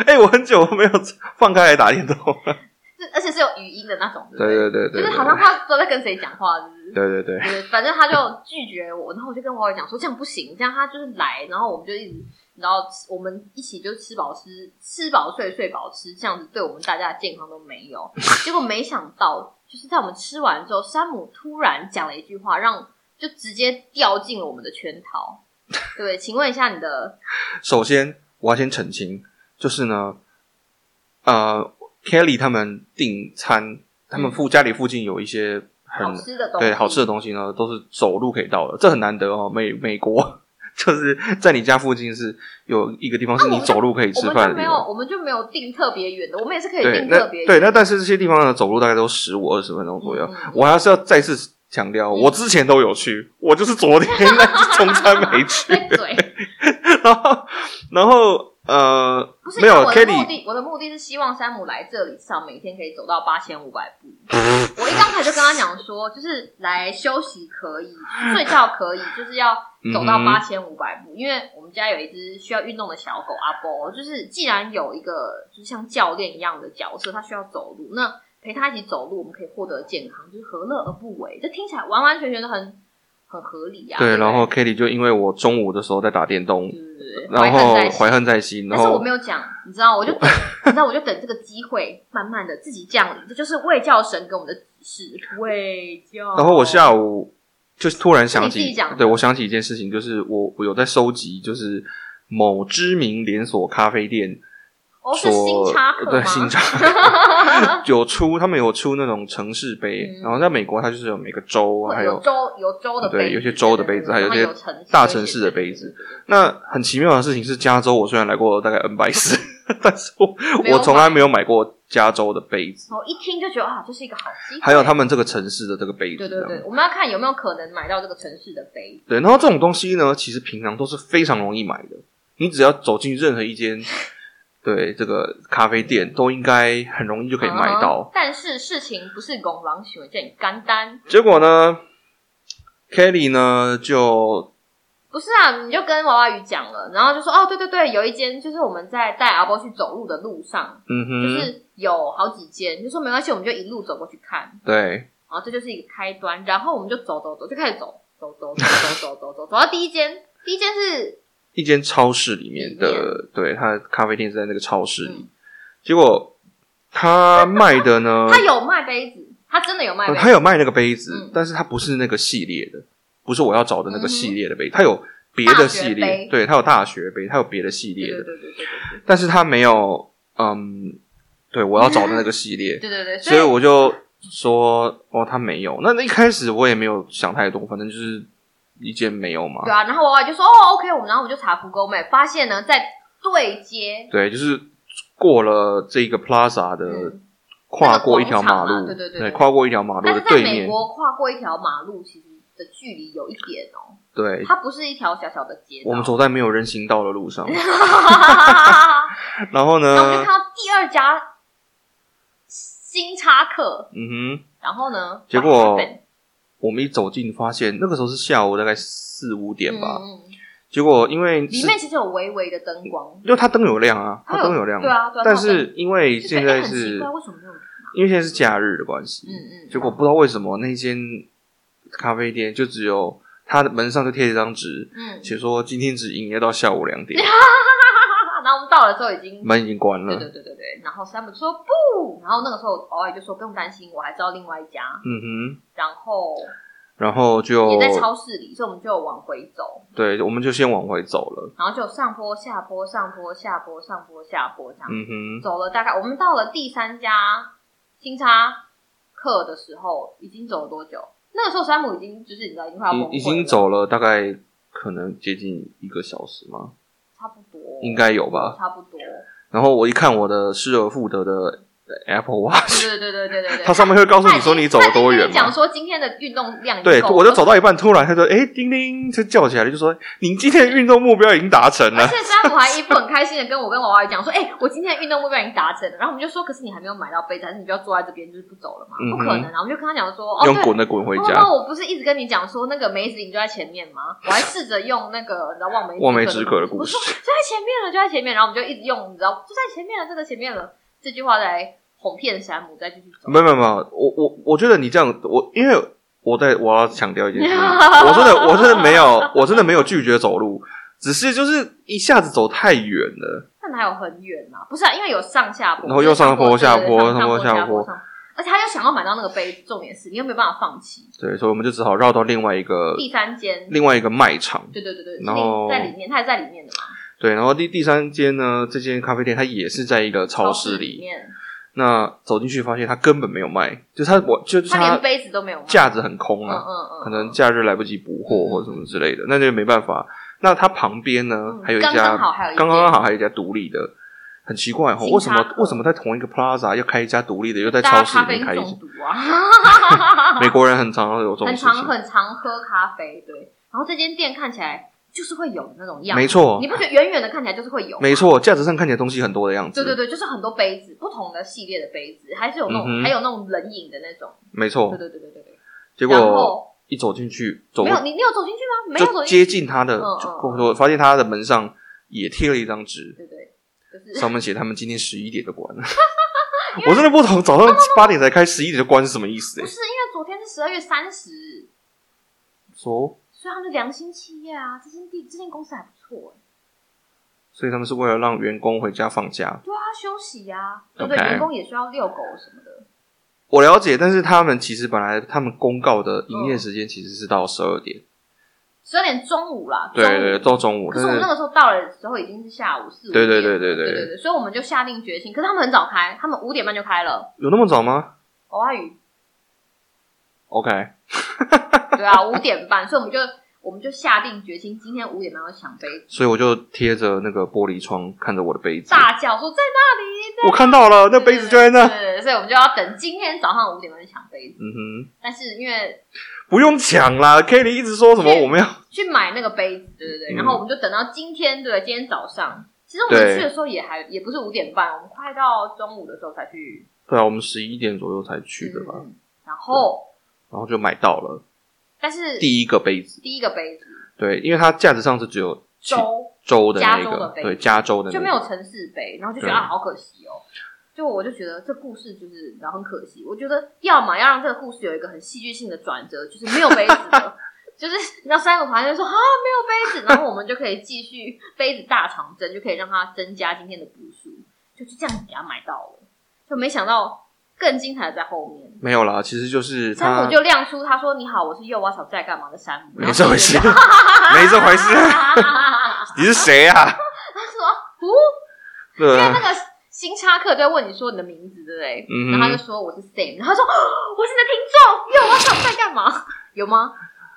Speaker 2: 哎、我很久没有放开来打电动了。
Speaker 1: 是而且是有语音的那种，不
Speaker 2: 对对对对，
Speaker 1: 就是好像他都在跟谁讲话，是不是？
Speaker 2: 对对对，
Speaker 1: 对，反正他就拒绝我，然后我就跟网友讲说这样不行，这样他就是来，然后我们就一直，然后我们一起就吃饱吃，吃饱睡，睡饱吃，这样子对我们大家的健康都没 有。结果没想到，就是在我们吃完之后，山姆突然讲了一句话，让就直接掉进了我们的圈套。对，请问一下你的，
Speaker 2: 首先我要先澄清，就是呢，呃，Kelly 他们订餐，他们附家里附近有一些很
Speaker 1: 嗯好吃的东西，
Speaker 2: 对好吃的东西呢，都是走路可以到的，这很难得哦。美美国 就是在你家附近是有一个地方是
Speaker 1: 啊
Speaker 2: 你
Speaker 1: 我们
Speaker 2: 走路可以吃
Speaker 1: 我
Speaker 2: 饭
Speaker 1: 们就没
Speaker 2: 的地
Speaker 1: 有，
Speaker 2: 方。
Speaker 1: 我们就没有订特别远的，我们也是可以
Speaker 2: 对
Speaker 1: 订，
Speaker 2: 那
Speaker 1: 特别远。
Speaker 2: 对那但是这些地方呢，走路大概都十五二十分钟左右
Speaker 1: 嗯 嗯。
Speaker 2: 我还是要再次强调，我之前都有去，我就是昨天那次中餐 没去，
Speaker 1: 对嘴。
Speaker 2: 然后然后呃
Speaker 1: 不是，
Speaker 2: 没有
Speaker 1: 因为我的目
Speaker 2: Kelly
Speaker 1: 的，我的目的是希望山姆来这里，至少每天可以走到八千五百 步。我一刚才就跟他讲说，就是来休息可以，睡觉可以，就是要走到
Speaker 2: 嗯哼
Speaker 1: 八千五百步。因为我们家有一只需要运动的小狗阿波，就是既然有一个就是像教练一样的角色，它需要走路，那陪它一起走路，我们可以获得健康，就是何乐而不为？这听起来完完全全的很很合理呀、啊。
Speaker 2: 对，
Speaker 1: 不
Speaker 2: 然后 Kelly 就因为我中午的时候在打电动
Speaker 1: 对，对对，
Speaker 2: 然
Speaker 1: 怀恨
Speaker 2: 后
Speaker 1: 在心
Speaker 2: 怀恨在心，然
Speaker 1: 但是我
Speaker 2: 后
Speaker 1: 没有讲，你知道，我就等，你知道，我就等这个机会，慢慢的自己降临。这就是卫教神给我们的指示，卫教。
Speaker 2: 然后我下午就是突然想
Speaker 1: 是你自
Speaker 2: 起
Speaker 1: 己讲的，
Speaker 2: 对我想起一件事情，就是我我有在收集，就是某知名连锁咖啡店
Speaker 1: 哦是新
Speaker 2: 所
Speaker 1: 插客
Speaker 2: 对
Speaker 1: 吗？
Speaker 2: 新茶 有出，他们有出那种城市杯，
Speaker 1: 嗯
Speaker 2: 然后在美国它就是有每个州
Speaker 1: 或者
Speaker 2: 还有
Speaker 1: 有州有州的杯子，
Speaker 2: 对有些州的杯子还有
Speaker 1: 然后
Speaker 2: 一些
Speaker 1: 有城市
Speaker 2: 大城市的杯子。那很奇妙的事情是，加州我虽然来过大概 N 百 次，但是我
Speaker 1: 没有
Speaker 2: 我从来没有买过加州的杯子，
Speaker 1: 我一听就觉得啊，这是一个好机会。
Speaker 2: 还有他们这个城市的这个杯
Speaker 1: 对
Speaker 2: 子，
Speaker 1: 对
Speaker 2: 这
Speaker 1: 对，
Speaker 2: 样
Speaker 1: 我们要看有没有可能买到这个城市的杯。
Speaker 2: 对。然后这种东西呢，其实平常都是非常容易买的，你只要走进任何一间对这个咖啡店，都应该很容易就可以买
Speaker 1: 嗯
Speaker 2: 到。
Speaker 1: 但是事情不是拱狼喜欢这样干单，
Speaker 2: 结果呢，Kelly 呢就
Speaker 1: 不是啊，你就跟娃娃鱼讲了，然后就说哦，对对对，有一间就是我们在带阿波去走路的路上，
Speaker 2: 嗯哼，
Speaker 1: 就是有好几间，就说没关系，我们就一路走过去看，
Speaker 2: 对，
Speaker 1: 然后这就是一个开端，然后我们就走走走，就开始走走走走走走走走，走到第一间，第一间是
Speaker 2: 一间超市里面的，对，它的咖啡店是在那个超市里，
Speaker 1: 嗯
Speaker 2: 结果他卖 的呢，
Speaker 1: 他有卖杯子，他真的有卖
Speaker 2: 呃
Speaker 1: 杯
Speaker 2: 嗯他
Speaker 1: 子，
Speaker 2: 有卖那个杯子，
Speaker 1: 嗯
Speaker 2: 但是它不是那个系列的，不是我要找的那个系列的杯，它有别的
Speaker 1: 嗯
Speaker 2: 系
Speaker 1: 大学杯
Speaker 2: 列，对，它有大学杯，它有别的系
Speaker 1: 对
Speaker 2: 列
Speaker 1: 对
Speaker 2: 的，
Speaker 1: 对对对对
Speaker 2: 但是它没有，嗯，对我要找的那个系 列，
Speaker 1: 对对对，
Speaker 2: 所以我就说哦，他没有。那那一开始我也没有想太多，反正就是一件没有嘛
Speaker 1: 对。啊，然后娃娃就说哦，OK，我们然后我们就查 Google Map，发现呢在对街
Speaker 2: 对，就是过了这个 Plaza 的
Speaker 1: 嗯，
Speaker 2: 跨过一条马
Speaker 1: 那个广场
Speaker 2: 路，
Speaker 1: 嘛对对对对
Speaker 2: 跨过一条马路
Speaker 1: 但
Speaker 2: 的
Speaker 1: 是在
Speaker 2: 对
Speaker 1: 美
Speaker 2: 面，
Speaker 1: 国跨过一条马路，其实的距离有一点哦，
Speaker 2: 对，
Speaker 1: 它不是一条小小的街道。
Speaker 2: 我们 走在没有人行道的路上。
Speaker 1: 然
Speaker 2: 然后
Speaker 1: 后我们就
Speaker 2: 呢
Speaker 1: 看，到第二家新插客，
Speaker 2: 嗯哼，
Speaker 1: 然后呢，
Speaker 2: 结果
Speaker 1: what happened？
Speaker 2: 我们一走进，发现那个时候是下午大概四五点吧。
Speaker 1: 嗯嗯嗯
Speaker 2: 结果因为
Speaker 1: 里
Speaker 2: 是
Speaker 1: 面其实有微微的灯光，
Speaker 2: 因为它灯有亮啊，它灯有亮，
Speaker 1: 对啊，对啊
Speaker 2: 但
Speaker 1: 它有灯
Speaker 2: 是因为现
Speaker 1: 就觉得哎
Speaker 2: 在
Speaker 1: 很奇
Speaker 2: 是
Speaker 1: 怪，为什么没有人？
Speaker 2: 因为现在是假日的关系，
Speaker 1: 嗯嗯，
Speaker 2: 结果不知道为什么那间咖啡店就只有它的门上就贴了一张纸，
Speaker 1: 嗯，
Speaker 2: 写说今天只营业到下午两点，
Speaker 1: 啊然后我们到了之后已经
Speaker 2: 门已经关
Speaker 1: 对
Speaker 2: 了。
Speaker 1: 对对对对，然后 Sam 说不，然后那个时候偶尔就说不用担心，我还知道另外一家，
Speaker 2: 嗯哼，
Speaker 1: 然后
Speaker 2: 然后就
Speaker 1: 也在超市里，所以我们就往回走，
Speaker 2: 对，我们就先往回走了。
Speaker 1: 然后就上坡下坡上坡下坡上坡下坡这样，
Speaker 2: 嗯哼，
Speaker 1: 走了大概我们到了第三家星叉客的时候，已经走了多久？那个时候山姆已经就是你知道已经快要崩溃了
Speaker 2: 已已经走了大概可能接近一个小时嘛，
Speaker 1: 差不多，
Speaker 2: 应该有吧。
Speaker 1: 差不多，
Speaker 2: 然后我一看我的失而复得的 Apple Watch，
Speaker 1: 对对对对对对对。
Speaker 2: 它上面会告诉你说你走了
Speaker 1: 他已
Speaker 2: 多
Speaker 1: 经
Speaker 2: 远
Speaker 1: 跟你讲
Speaker 2: 嘛。
Speaker 1: 说今天的运动量已经
Speaker 2: 对，
Speaker 1: 够
Speaker 2: 我就
Speaker 1: 了
Speaker 2: 走到一半，突然它就哎叮叮，就叫起来了，就说您今天的运动目标已经达成
Speaker 1: 而
Speaker 2: 了。
Speaker 1: 且山姆还一副很开心的跟我跟娃娃鱼讲说：“哎、我今天的运动目标已经达成了。”然后我们就说：“可是你还没有买到杯子，还是你就要坐在这边就是不走了嘛？
Speaker 2: 嗯
Speaker 1: 不
Speaker 2: 哼
Speaker 1: 可能啊！”我们就跟他讲 说：“哦，
Speaker 2: 用
Speaker 1: 对，
Speaker 2: 滚的滚回
Speaker 1: 妈
Speaker 2: 家
Speaker 1: 妈，。我不是一直跟你讲说那个梅子饮就在前面吗？我还试着用那个你知道望梅
Speaker 2: 望梅止渴的
Speaker 1: 我
Speaker 2: 故事
Speaker 1: 说，就在前面了，就在前面，然后我们就一直用你知道就在前面了，这个前面了这句话来哄骗山姆再继续走。
Speaker 2: 没有没有没有，我我我觉得你这样，我因为我在我要强调一件事， 情，我真的我真的没有，我真的没有拒绝走路，只是就是一下子走太远了，
Speaker 1: 但还有很远啊，不是啊，因为有上下坡，
Speaker 2: 然后又上坡
Speaker 1: 对对对
Speaker 2: 下坡
Speaker 1: 上坡
Speaker 2: 上坡
Speaker 1: 下
Speaker 2: 下坡
Speaker 1: 上而且他又想要买到那个杯子，重点是你又没有办法放弃。
Speaker 2: 对，所以我们就只好绕到另外一个
Speaker 1: 第三间，
Speaker 2: 另外一个卖场，
Speaker 1: 对对对对，是
Speaker 2: 然后
Speaker 1: 在里面，它也在里面的嘛，
Speaker 2: 对，然后第第三间呢，这间咖啡店它也是在一个超市
Speaker 1: 里
Speaker 2: 里，
Speaker 1: 面，
Speaker 2: 那走进去发现它根本没有卖，就是它我就是
Speaker 1: 他连
Speaker 2: 它
Speaker 1: 杯子都没有卖，
Speaker 2: 架子很空
Speaker 1: 嗯
Speaker 2: 啊，
Speaker 1: 嗯嗯，
Speaker 2: 可能假日来不及补货或什么之类的，那就没办法。那它旁边呢
Speaker 1: 嗯，
Speaker 2: 还有一
Speaker 1: 刚
Speaker 2: 家
Speaker 1: 刚好还有一间
Speaker 2: 刚刚好还有一家独立的，很奇怪哈，
Speaker 1: 星
Speaker 2: 为什
Speaker 1: 巴
Speaker 2: 么
Speaker 1: 克
Speaker 2: 为什么在同一个 Plaza 要开一家独立的，又在
Speaker 1: 大
Speaker 2: 超
Speaker 1: 家
Speaker 2: 市
Speaker 1: 咖
Speaker 2: 里
Speaker 1: 啡
Speaker 2: 面开
Speaker 1: 因
Speaker 2: 一家
Speaker 1: 中？毒啊，
Speaker 2: 美国人很常有这种
Speaker 1: 很
Speaker 2: 事
Speaker 1: 常
Speaker 2: 情，
Speaker 1: 很常喝咖啡，对，然后这间店看起来就是会有那种样子，
Speaker 2: 没错
Speaker 1: 你不觉得远远的看起来就是会有吗，
Speaker 2: 没错，架子上看起来东西很多的样子，
Speaker 1: 对对对，就是很多杯子，不同的系列的杯子，还是有那
Speaker 2: 嗯
Speaker 1: 种
Speaker 2: 哼
Speaker 1: 还有那种冷饮的那种，
Speaker 2: 没
Speaker 1: 对
Speaker 2: 错。
Speaker 1: 对对对对对，
Speaker 2: 结
Speaker 1: 然
Speaker 2: 果
Speaker 1: 后
Speaker 2: 一走进去，走
Speaker 1: 没有你你有走进去吗？没有
Speaker 2: 就
Speaker 1: 走进
Speaker 2: 接
Speaker 1: 去，
Speaker 2: 近他的，
Speaker 1: 嗯嗯
Speaker 2: 就
Speaker 1: 嗯
Speaker 2: 我发现他的门上也贴了一张纸，
Speaker 1: 对对，就是
Speaker 2: 上面写他们今天十一点就关了。 我真的不懂，早上八点才开，十一点就关是什么意思、
Speaker 1: 不
Speaker 2: 欸？
Speaker 1: 是因为昨天是十二月三十。
Speaker 2: 说，
Speaker 1: 所以他们良心企业啊，这间地这间公司还不错哎、
Speaker 2: 所以他们是为了让员工回家放假。
Speaker 1: 对啊，他休息呀、对不对
Speaker 2: OK
Speaker 1: 员工也需要遛狗什么的。
Speaker 2: 我了解，但是他们其实本来他们公告的营
Speaker 1: 嗯
Speaker 2: 业时间其实是到十二点，
Speaker 1: 十二点中午啦，
Speaker 2: 对
Speaker 1: 中午
Speaker 2: 对对，到中午。
Speaker 1: 可
Speaker 2: 但
Speaker 1: 是我们那
Speaker 2: 是
Speaker 1: 个时候到了的时候已经是下午四五
Speaker 2: 对
Speaker 1: 点，
Speaker 2: 对对对
Speaker 1: 对对
Speaker 2: 对，
Speaker 1: 所以我们就下定决心。可是他们很早开，他们五点半就开了。哦
Speaker 2: 有那么早吗
Speaker 1: 娃娃鱼，
Speaker 2: ？OK，
Speaker 1: 对啊，五点半，所以我们就我们就下定决心，今天五点半要抢杯，
Speaker 2: 所以我就贴着那个玻璃窗看着我的杯子，
Speaker 1: 大叫说在那里，在
Speaker 2: 我看到了，
Speaker 1: 对
Speaker 2: 那杯子就在那。
Speaker 1: 对对对，所以我们就要等今天早上五点半去抢杯子。
Speaker 2: 嗯
Speaker 1: 但是因为
Speaker 2: 哼，不用抢啦，Kelly 一直说什么
Speaker 1: 对
Speaker 2: 我们要
Speaker 1: 去买那个杯子，对对对，
Speaker 2: 嗯
Speaker 1: 然后我们就等到今天，对，今天早上。其实我们
Speaker 2: 对
Speaker 1: 去的时候也还也不是五点半，我们快到中午的时候才去
Speaker 2: 对啊，我们十一点左右才去的吧，
Speaker 1: 嗯然后，
Speaker 2: 然后就买到了
Speaker 1: 但是
Speaker 2: 第一个杯子。
Speaker 1: 第一个杯子，
Speaker 2: 对，因为它价值上是只有七
Speaker 1: 州
Speaker 2: 州的那
Speaker 1: 加州的
Speaker 2: 个，
Speaker 1: 杯
Speaker 2: 对，加州的、那
Speaker 1: 就
Speaker 2: 个
Speaker 1: 没有城市杯，然后就觉得
Speaker 2: 对
Speaker 1: 啊，好可惜哦。就我就觉得这故事就是，然后很可惜。我觉得要么要让这个故事有一个很戏剧性的转折，就是没有杯子 的，就是让山姆旁边说啊没有杯子，然 后我们就可以继续杯子大长征，就可以让它增加今天的步数，就是这样子给他买到了。就没想到更精彩的在后面，
Speaker 2: 没有啦，其实就是
Speaker 1: 山
Speaker 2: 它
Speaker 1: 姆就亮出他说你好，我是幼蛙小在干嘛的山姆，
Speaker 2: 没这回事，
Speaker 1: 然后
Speaker 2: 没这回事
Speaker 1: 就，
Speaker 2: 你是谁啊？
Speaker 1: 他 说哦。
Speaker 2: 对
Speaker 1: 因为那
Speaker 2: 啊，
Speaker 1: 个星叉客就会问你说你的名字，对不对？
Speaker 2: 嗯哼
Speaker 1: 然后他就说我是 Sam，然后他说、啊我是你的听众，因为我想在干嘛？ 有吗？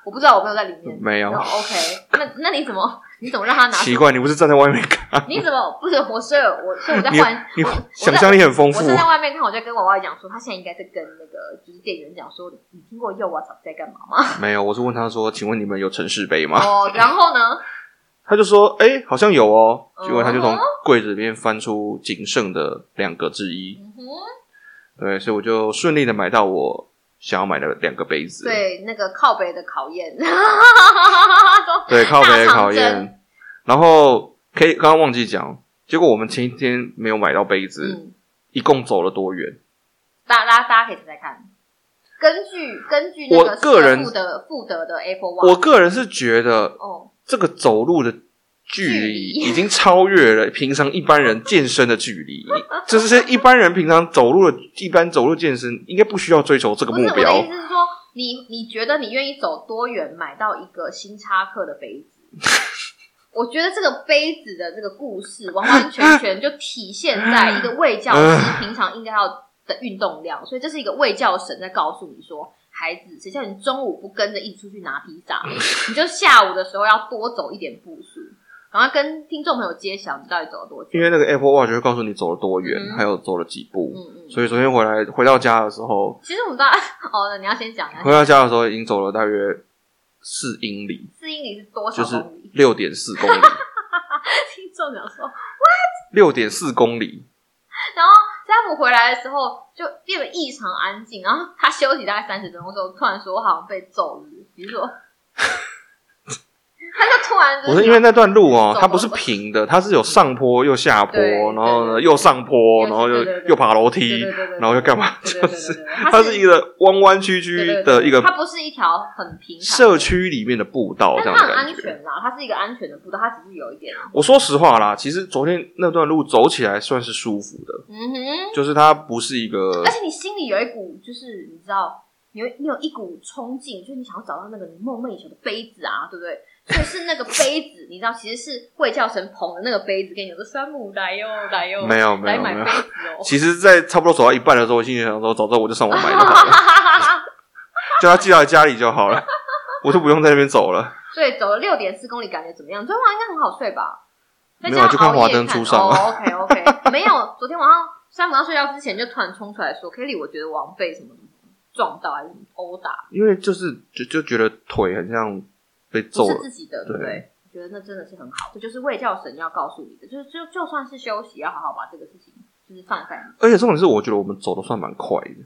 Speaker 1: 我不知道，我没有在里面。
Speaker 2: 没有
Speaker 1: 然后 OK，那那你怎么你怎么让他拿？
Speaker 2: 奇怪，你不是站在外面看，
Speaker 1: 你怎么不是我？所以我所以我在
Speaker 2: 你
Speaker 1: 换，
Speaker 2: 你
Speaker 1: 我我
Speaker 2: 想
Speaker 1: 在
Speaker 2: 象力很丰富
Speaker 1: 我。站在外面看，我就跟娃娃讲说，他现在应该在跟那个就是店员讲说，你听过幼娃草在干嘛 吗？
Speaker 2: 没有，我是问他说，请问你们有城市杯吗？
Speaker 1: 哦，然后 呢？
Speaker 2: 他就说，哎、好像有哦。
Speaker 1: 嗯
Speaker 2: 结果他就从柜子里面翻出仅剩的两个之一，
Speaker 1: 嗯哼，
Speaker 2: 对，所以我就顺利的买到我想要买的两个杯子。
Speaker 1: 对，那个靠北的考验， 都
Speaker 2: 对，靠
Speaker 1: 大
Speaker 2: 北的
Speaker 1: 长
Speaker 2: 考
Speaker 1: 征
Speaker 2: 验。然后可以刚刚忘记讲，结果我们前一天没有买到杯子，
Speaker 1: 嗯。
Speaker 2: 一共走了多远？
Speaker 1: 大大家大家可以猜猜看。根据根据那
Speaker 2: 我
Speaker 1: 个
Speaker 2: 个人
Speaker 1: 富德富德的 Apple
Speaker 2: 我
Speaker 1: Watch，
Speaker 2: 个人是觉得
Speaker 1: 哦，
Speaker 2: 这个走路的距离
Speaker 1: 距离
Speaker 2: 已经超越了平常一般人健身的 距离，就是一般人平常走路的一般走路健身应该不需要追求这个
Speaker 1: 不是我
Speaker 2: 目
Speaker 1: 的
Speaker 2: 标
Speaker 1: 意。思是说，你你觉得你愿意走多远买到一个星叉克的杯子？ 我觉得这个杯子的这个故事完完全全就体现在一个卫教师平常应该要的运动量，所以这是一个卫教神在告诉你说，孩子，谁叫你中午不跟着一起出去拿披 萨，你就下午的时候要多走一点步数，然后跟听众朋友揭晓你到底走了多久。
Speaker 2: 因为那个 Apple Watch 会告诉你走了多远，
Speaker 1: 嗯
Speaker 2: 还有走了几步，
Speaker 1: 嗯嗯，
Speaker 2: 所以昨天回来回到家的时候，
Speaker 1: 其实我们大 哦，那你要 先讲一下
Speaker 2: 回，到家的时候已经走了大约四英里，
Speaker 1: 四英里是多少
Speaker 2: 就是
Speaker 1: 公里？
Speaker 2: 六点四公里，
Speaker 1: 听众讲说，
Speaker 2: 六点四公里。
Speaker 1: 然后山姆回来的时候就变得异常安静，然后他休息大概三十分钟之后，突然说我好像被揍了，比如说，他就突然就
Speaker 2: 我是因为那段路哦
Speaker 1: 走，
Speaker 2: 它不是平的，它是有上坡又下坡，
Speaker 1: 嗯对
Speaker 2: 然后
Speaker 1: 对
Speaker 2: 呢
Speaker 1: 对
Speaker 2: 又上坡，
Speaker 1: 对对
Speaker 2: 然后又
Speaker 1: 对对对
Speaker 2: 又爬楼
Speaker 1: 对
Speaker 2: 梯
Speaker 1: 对，对对，
Speaker 2: 然后又干嘛？
Speaker 1: 对
Speaker 2: 就
Speaker 1: 对对对
Speaker 2: 是
Speaker 1: 对，对
Speaker 2: 它是一个弯弯
Speaker 1: 对
Speaker 2: 曲曲
Speaker 1: 对对
Speaker 2: 的一个
Speaker 1: 它不是一条很平坦的
Speaker 2: 社，区里面的步道
Speaker 1: 但
Speaker 2: 这
Speaker 1: 它
Speaker 2: 样的
Speaker 1: 很
Speaker 2: 感
Speaker 1: 安
Speaker 2: 觉。
Speaker 1: 全啦，它是一个安全的步道，它只是有一点，
Speaker 2: 我说实话啦，其实昨天那段路走起来算是舒服的，
Speaker 1: 嗯哼。
Speaker 2: 就是它不是一个
Speaker 1: 而且你心里有一股，就是你知道，你有你有一股冲劲，就是你想要找到那个你梦寐以求的杯子啊，对不对？所以是那个杯子，你知道，其实是会叫神捧的那个杯子，跟你讲说山姆来哟来哟，
Speaker 2: 没有没
Speaker 1: 来
Speaker 2: 有
Speaker 1: 买
Speaker 2: 没有
Speaker 1: 杯。子哦。
Speaker 2: 其实，在差不多走到一半的时候，我心里想说，早知道我就上网买就 好了，叫他寄到家里就好了，我就不用在那边走了。
Speaker 1: 所以走了六点四公里，感觉怎么样？昨天晚上应该很好睡吧？
Speaker 2: 没有
Speaker 1: 再加上
Speaker 2: 就看
Speaker 1: 熬夜
Speaker 2: 华灯初上啊
Speaker 1: 哦，OK OK，没 有。昨天晚上山姆要睡觉之前就突然冲出来说：“Kelly，我觉得我好像被什么撞到还是什么殴打，
Speaker 2: 因为就是就就觉得腿很像被
Speaker 1: 不
Speaker 2: 揍
Speaker 1: 是
Speaker 2: 了，
Speaker 1: 自己的，对不对
Speaker 2: 对？”
Speaker 1: 觉得那真的是很好，这就是卫教神要告诉你的，就是就就算是休息，要好好把这个事情就是放在你，
Speaker 2: 而且重点是，我觉得我们走的算蛮快的，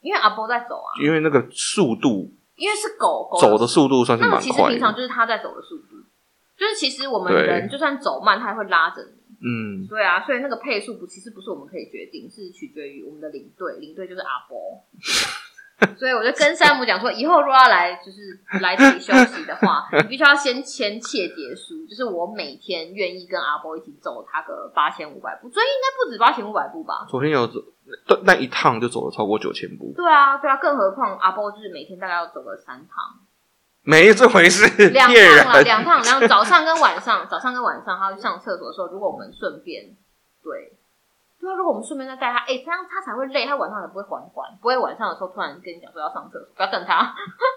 Speaker 1: 因为阿波在走啊，
Speaker 2: 因为那个速度
Speaker 1: 因为是狗狗
Speaker 2: 走的速度算是
Speaker 1: 哦那个
Speaker 2: 蛮
Speaker 1: 其实
Speaker 2: 快
Speaker 1: 平常
Speaker 2: 的。
Speaker 1: 就是它在走的速度，就是其实我们
Speaker 2: 对
Speaker 1: 人就算走慢，它也会拉着你。
Speaker 2: 嗯，
Speaker 1: 对啊，所以那个配速不其实不是我们可以决定，是取决于我们的领队，领队就是阿伯。所以我就跟山姆讲说，以后如果要来就是来这里休息的话，你必须要先签切结书，就是我每天愿意跟阿伯一起走他个八千五百步，所以应该不止八千五百步吧？
Speaker 2: 昨天有走，对那一趟就走了超过九千步，
Speaker 1: 对啊，对啊，更何况阿伯就是每天大概要走个三趟、
Speaker 2: 没这回事，
Speaker 1: 两
Speaker 2: 骗
Speaker 1: 趟啦，
Speaker 2: 人。
Speaker 1: 两趟，然后早上跟晚上， 早上跟晚上他要去上厕所的时候，如果我们顺便对对啊，如果我们顺便再带他，哎、这样他才会累，他晚上也不会缓缓，不会晚上的时候突然跟你讲说要上厕所，不要等他。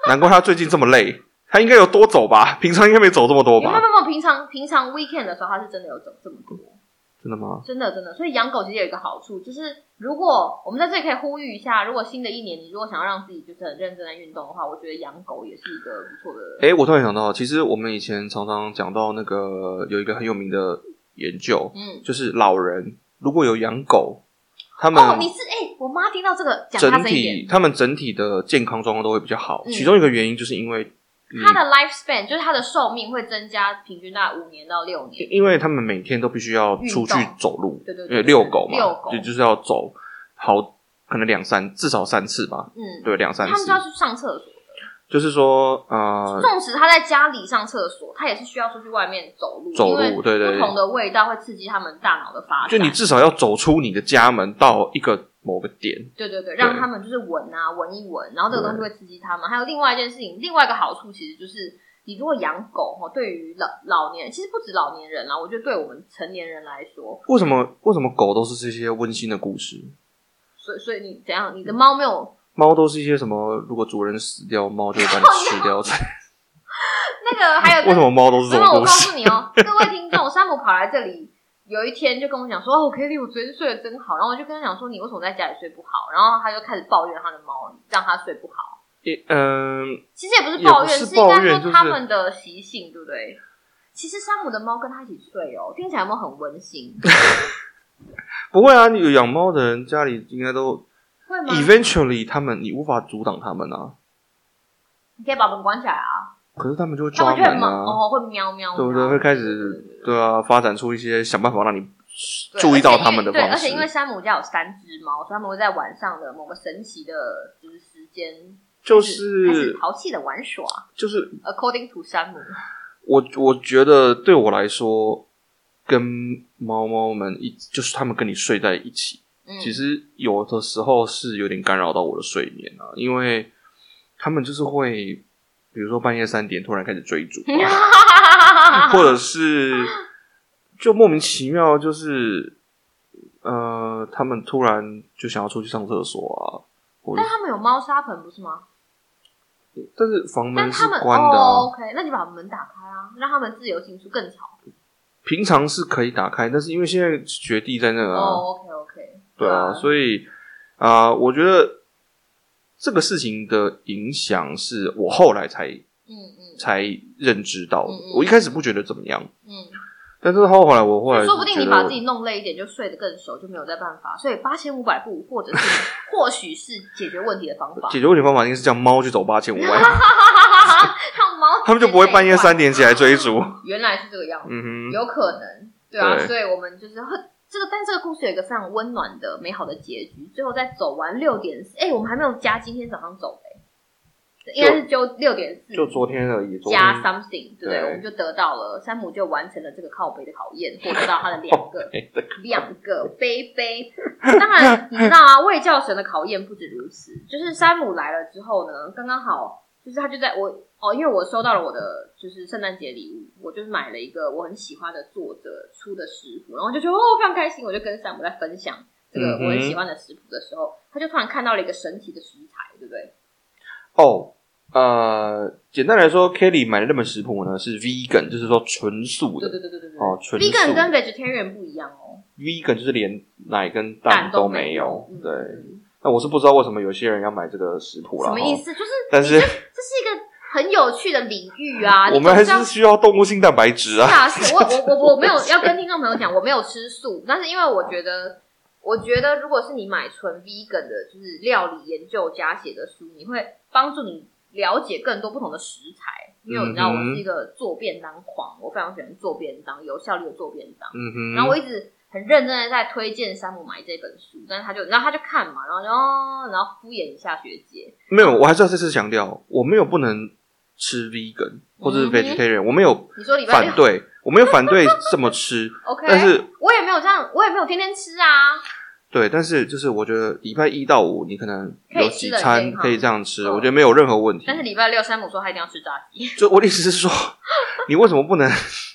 Speaker 2: 难怪他最近这么累，他应该有多走吧？平常应该没走这么多
Speaker 1: 因为没
Speaker 2: 吧？
Speaker 1: 有没有，平常平常 weekend 的时候他是真的有走这么多，
Speaker 2: 真的吗？
Speaker 1: 真的真的。所以养狗其实有一个好处，就是如果我们在这里可以呼吁一下，如果新的一年你如果想要让自己就是很认真的运动的话，我觉得养狗也是一个不错的。
Speaker 2: 哎，我突然想到，其实我们以前常常讲到那个有一个很有名的研究，
Speaker 1: 嗯，
Speaker 2: 就是老人如果有养狗，他们
Speaker 1: 哦，你是哎、我妈听到这个讲
Speaker 2: 整
Speaker 1: 她这一点，
Speaker 2: 体他们整体的健康状况都会比较好。
Speaker 1: 嗯
Speaker 2: 其中一个原因就是因为鱼
Speaker 1: 它的 lifespan 就是它的寿命会增加平均大概五年到六年。
Speaker 2: 因因为他们每天都必须要出去
Speaker 1: 运动
Speaker 2: 走路，
Speaker 1: 对对
Speaker 2: 因
Speaker 1: 对，
Speaker 2: 为遛呃狗嘛，
Speaker 1: 遛狗，
Speaker 2: 就就是要走好可能两三至少三次吧，
Speaker 1: 嗯，
Speaker 2: 对，两三
Speaker 1: 他们
Speaker 2: 次
Speaker 1: 就，要去上厕所。
Speaker 2: 就是说呃，
Speaker 1: 纵使他在家里上厕所，他也是需要出去外面走路，
Speaker 2: 走路
Speaker 1: 因为
Speaker 2: 对对
Speaker 1: 不
Speaker 2: 对
Speaker 1: 同的味道会刺激他们大脑的发展。
Speaker 2: 就你至少要走出你的家门到一个某个点，
Speaker 1: 对对对，让他们就是闻啊闻一闻，然后这个东西会刺激他们。还有另外一件事情，另外一个好处其实就是，你如果养狗哦，对于老老年人，其实不止老年人啦，我觉得对我们成年人来说，
Speaker 2: 为什么为什么狗都是这些温馨的故事？
Speaker 1: 所以所以你怎样，你的猫没有
Speaker 2: 猫都是一些什么？如果主人死掉，猫就会把你吃掉。
Speaker 1: 那个，还有
Speaker 2: 为什么猫都是这
Speaker 1: 因
Speaker 2: 种
Speaker 1: 为我
Speaker 2: 故
Speaker 1: 告
Speaker 2: 事？
Speaker 1: 诉你哦，各位听众，山姆跑来这里有一天就跟我讲说，哦，k i 我昨天睡得真好，然后我就跟他讲说，你为什么在家里睡不好？然后他就开始抱怨他的猫，让他睡不好。
Speaker 2: 也嗯，
Speaker 1: 其实也不是抱
Speaker 2: 也
Speaker 1: 怨，
Speaker 2: 不是
Speaker 1: 应
Speaker 2: 抱怨
Speaker 1: 该
Speaker 2: 就是
Speaker 1: 说他们的习性，对不对？其实山姆的猫跟他一起睡哦，听起来有没有很温馨？
Speaker 2: 不会啊，你有养猫的人家里应该都
Speaker 1: 会吗？
Speaker 2: eventually 他们你无法阻挡他们啊，
Speaker 1: 你可以把门关起来啊，
Speaker 2: 可是他们就会
Speaker 1: 他
Speaker 2: 抓
Speaker 1: 们就很
Speaker 2: 门
Speaker 1: 忙
Speaker 2: 啊，
Speaker 1: 哦，会喵喵，
Speaker 2: 对不对？会开始对啊，发展出一些想办法让你注意到他们的
Speaker 1: 对，
Speaker 2: 方
Speaker 1: 而
Speaker 2: 式
Speaker 1: 且因。为山姆家有三只猫，所以他们会在晚上的某个神奇的，就是时间，
Speaker 2: 就
Speaker 1: 开始
Speaker 2: 是
Speaker 1: 淘气的玩耍。
Speaker 2: 就是
Speaker 1: According to 山姆，
Speaker 2: 我我觉得对我来说，跟猫猫们一就是他们跟你睡在一起，
Speaker 1: 嗯，
Speaker 2: 其实有的时候是有点干扰到我的睡眠啊，因为他们就是会，比如说半夜三点突然开始追逐啊、 或者是就莫名其妙就是，呃，他们突然就想要出去上厕所啊，或者
Speaker 1: 但他们有猫砂盆不是吗？
Speaker 2: 但是房门
Speaker 1: 但
Speaker 2: 是
Speaker 1: 他们
Speaker 2: 关的啊、
Speaker 1: 哦，OK，那你把门打开啊，让他们自由进出更吵。
Speaker 2: 平常是可以打开，但是因为现在学弟在那个、啊，
Speaker 1: 哦，OK 嗯 OK，
Speaker 2: 对啊，所以啊、我觉得这个事情的影响是我后来才
Speaker 1: 以嗯嗯
Speaker 2: 才认知到的。
Speaker 1: 嗯嗯
Speaker 2: 我一开始不觉得怎么样，
Speaker 1: 嗯，
Speaker 2: 但是后来我后来
Speaker 1: 说不定
Speaker 2: 是
Speaker 1: 你
Speaker 2: 觉得
Speaker 1: 把自己弄累一点，就睡得更熟，就没有再办法。所以八千五百步，或者是 或许是解决问题的方法，
Speaker 2: 解决问题方法应该是叫猫去走八千 五百，
Speaker 1: 让猫
Speaker 2: 他们就不会半夜三
Speaker 1: 点。
Speaker 2: 点起来追逐。
Speaker 1: 原来是这个样子，
Speaker 2: 嗯哼，
Speaker 1: 有可能，对啊，
Speaker 2: 对
Speaker 1: 所以我们就是会这个，但这个故事有一个非常温暖的美好的结局。最后在走完六点四，哎，我们还没有加今天早上走的、欸，应该是就六点四，
Speaker 2: 就昨天而已，昨天
Speaker 1: 加 something，对不对？
Speaker 2: 对
Speaker 1: 我们就得到了，山姆就完成了这个靠背的考验，获得到他的两个
Speaker 2: 背
Speaker 1: 两个杯杯。当然，你知道啊，卫教神的考验不止如此，就是山姆来了之后呢，刚刚好，就是他就在我哦，因为我收到了我的就是圣诞节礼物，我就是买了一个我很喜欢的作者出的食谱，然后就觉得哦非常开心，我就跟山姆在分享这个
Speaker 2: 嗯哼
Speaker 1: 我很喜欢的食谱的时候，他就突然看到了一个神奇的食材，对不对？
Speaker 2: 哦。呃，简单来说，Kelly 买的那本食谱呢是 vegan，就是说纯素
Speaker 1: 对
Speaker 2: 的
Speaker 1: 对对对对对。
Speaker 2: 哦，纯素
Speaker 1: vegan 跟 vegetarian 不一样哦，
Speaker 2: vegan 就是连奶跟
Speaker 1: 蛋
Speaker 2: 蛋都
Speaker 1: 没
Speaker 2: 没有。
Speaker 1: 嗯
Speaker 2: 对，
Speaker 1: 嗯
Speaker 2: 那我是不知道为什么有些人要买这个食谱
Speaker 1: 什
Speaker 2: 啦。
Speaker 1: 么
Speaker 2: 哈
Speaker 1: 意？思？就是
Speaker 2: 但
Speaker 1: 这
Speaker 2: 是
Speaker 1: 是一个很有趣的领域啊！
Speaker 2: 我们还
Speaker 1: 你总
Speaker 2: 是需要动物性蛋白质
Speaker 1: 要
Speaker 2: 啊。
Speaker 1: 是啊，是我我我我没有要跟听众朋友讲，我没有吃素，但是因为我觉得，我觉得如果是你买纯 vegan 的，就是料理研究家写的书，你会帮助你了解更多不同的食材。因为我知道
Speaker 2: 嗯
Speaker 1: 我
Speaker 2: 哼
Speaker 1: 是一个做便当狂，我非常喜欢做便当，有效率的做便当。
Speaker 2: 嗯
Speaker 1: 然后
Speaker 2: 哼，
Speaker 1: 我一直很认真的在推荐山姆买这本书，但是他就然后他就看嘛，然后就哦，然后敷衍一下学姐，
Speaker 2: 没有，我还是要再次强调，我没有不能吃 vegan 或者是
Speaker 1: 嗯哼
Speaker 2: vegetarian，我没有
Speaker 1: 你说礼拜六
Speaker 2: 反对，我没有反对这么吃，
Speaker 1: OK，
Speaker 2: 但是
Speaker 1: 我也没有这样，我也没有天天吃啊。
Speaker 2: 对，但是就是我觉得礼拜一到五你可能
Speaker 1: 可以
Speaker 2: 有
Speaker 1: 吃
Speaker 2: 几
Speaker 1: 得很
Speaker 2: 餐
Speaker 1: 健康
Speaker 2: 可以这样吃，
Speaker 1: 嗯
Speaker 2: 我觉得没有任何问题
Speaker 1: 但。是礼拜六山姆说他一定要吃炸鸡，
Speaker 2: 就我的意思是 说，你为什么不能？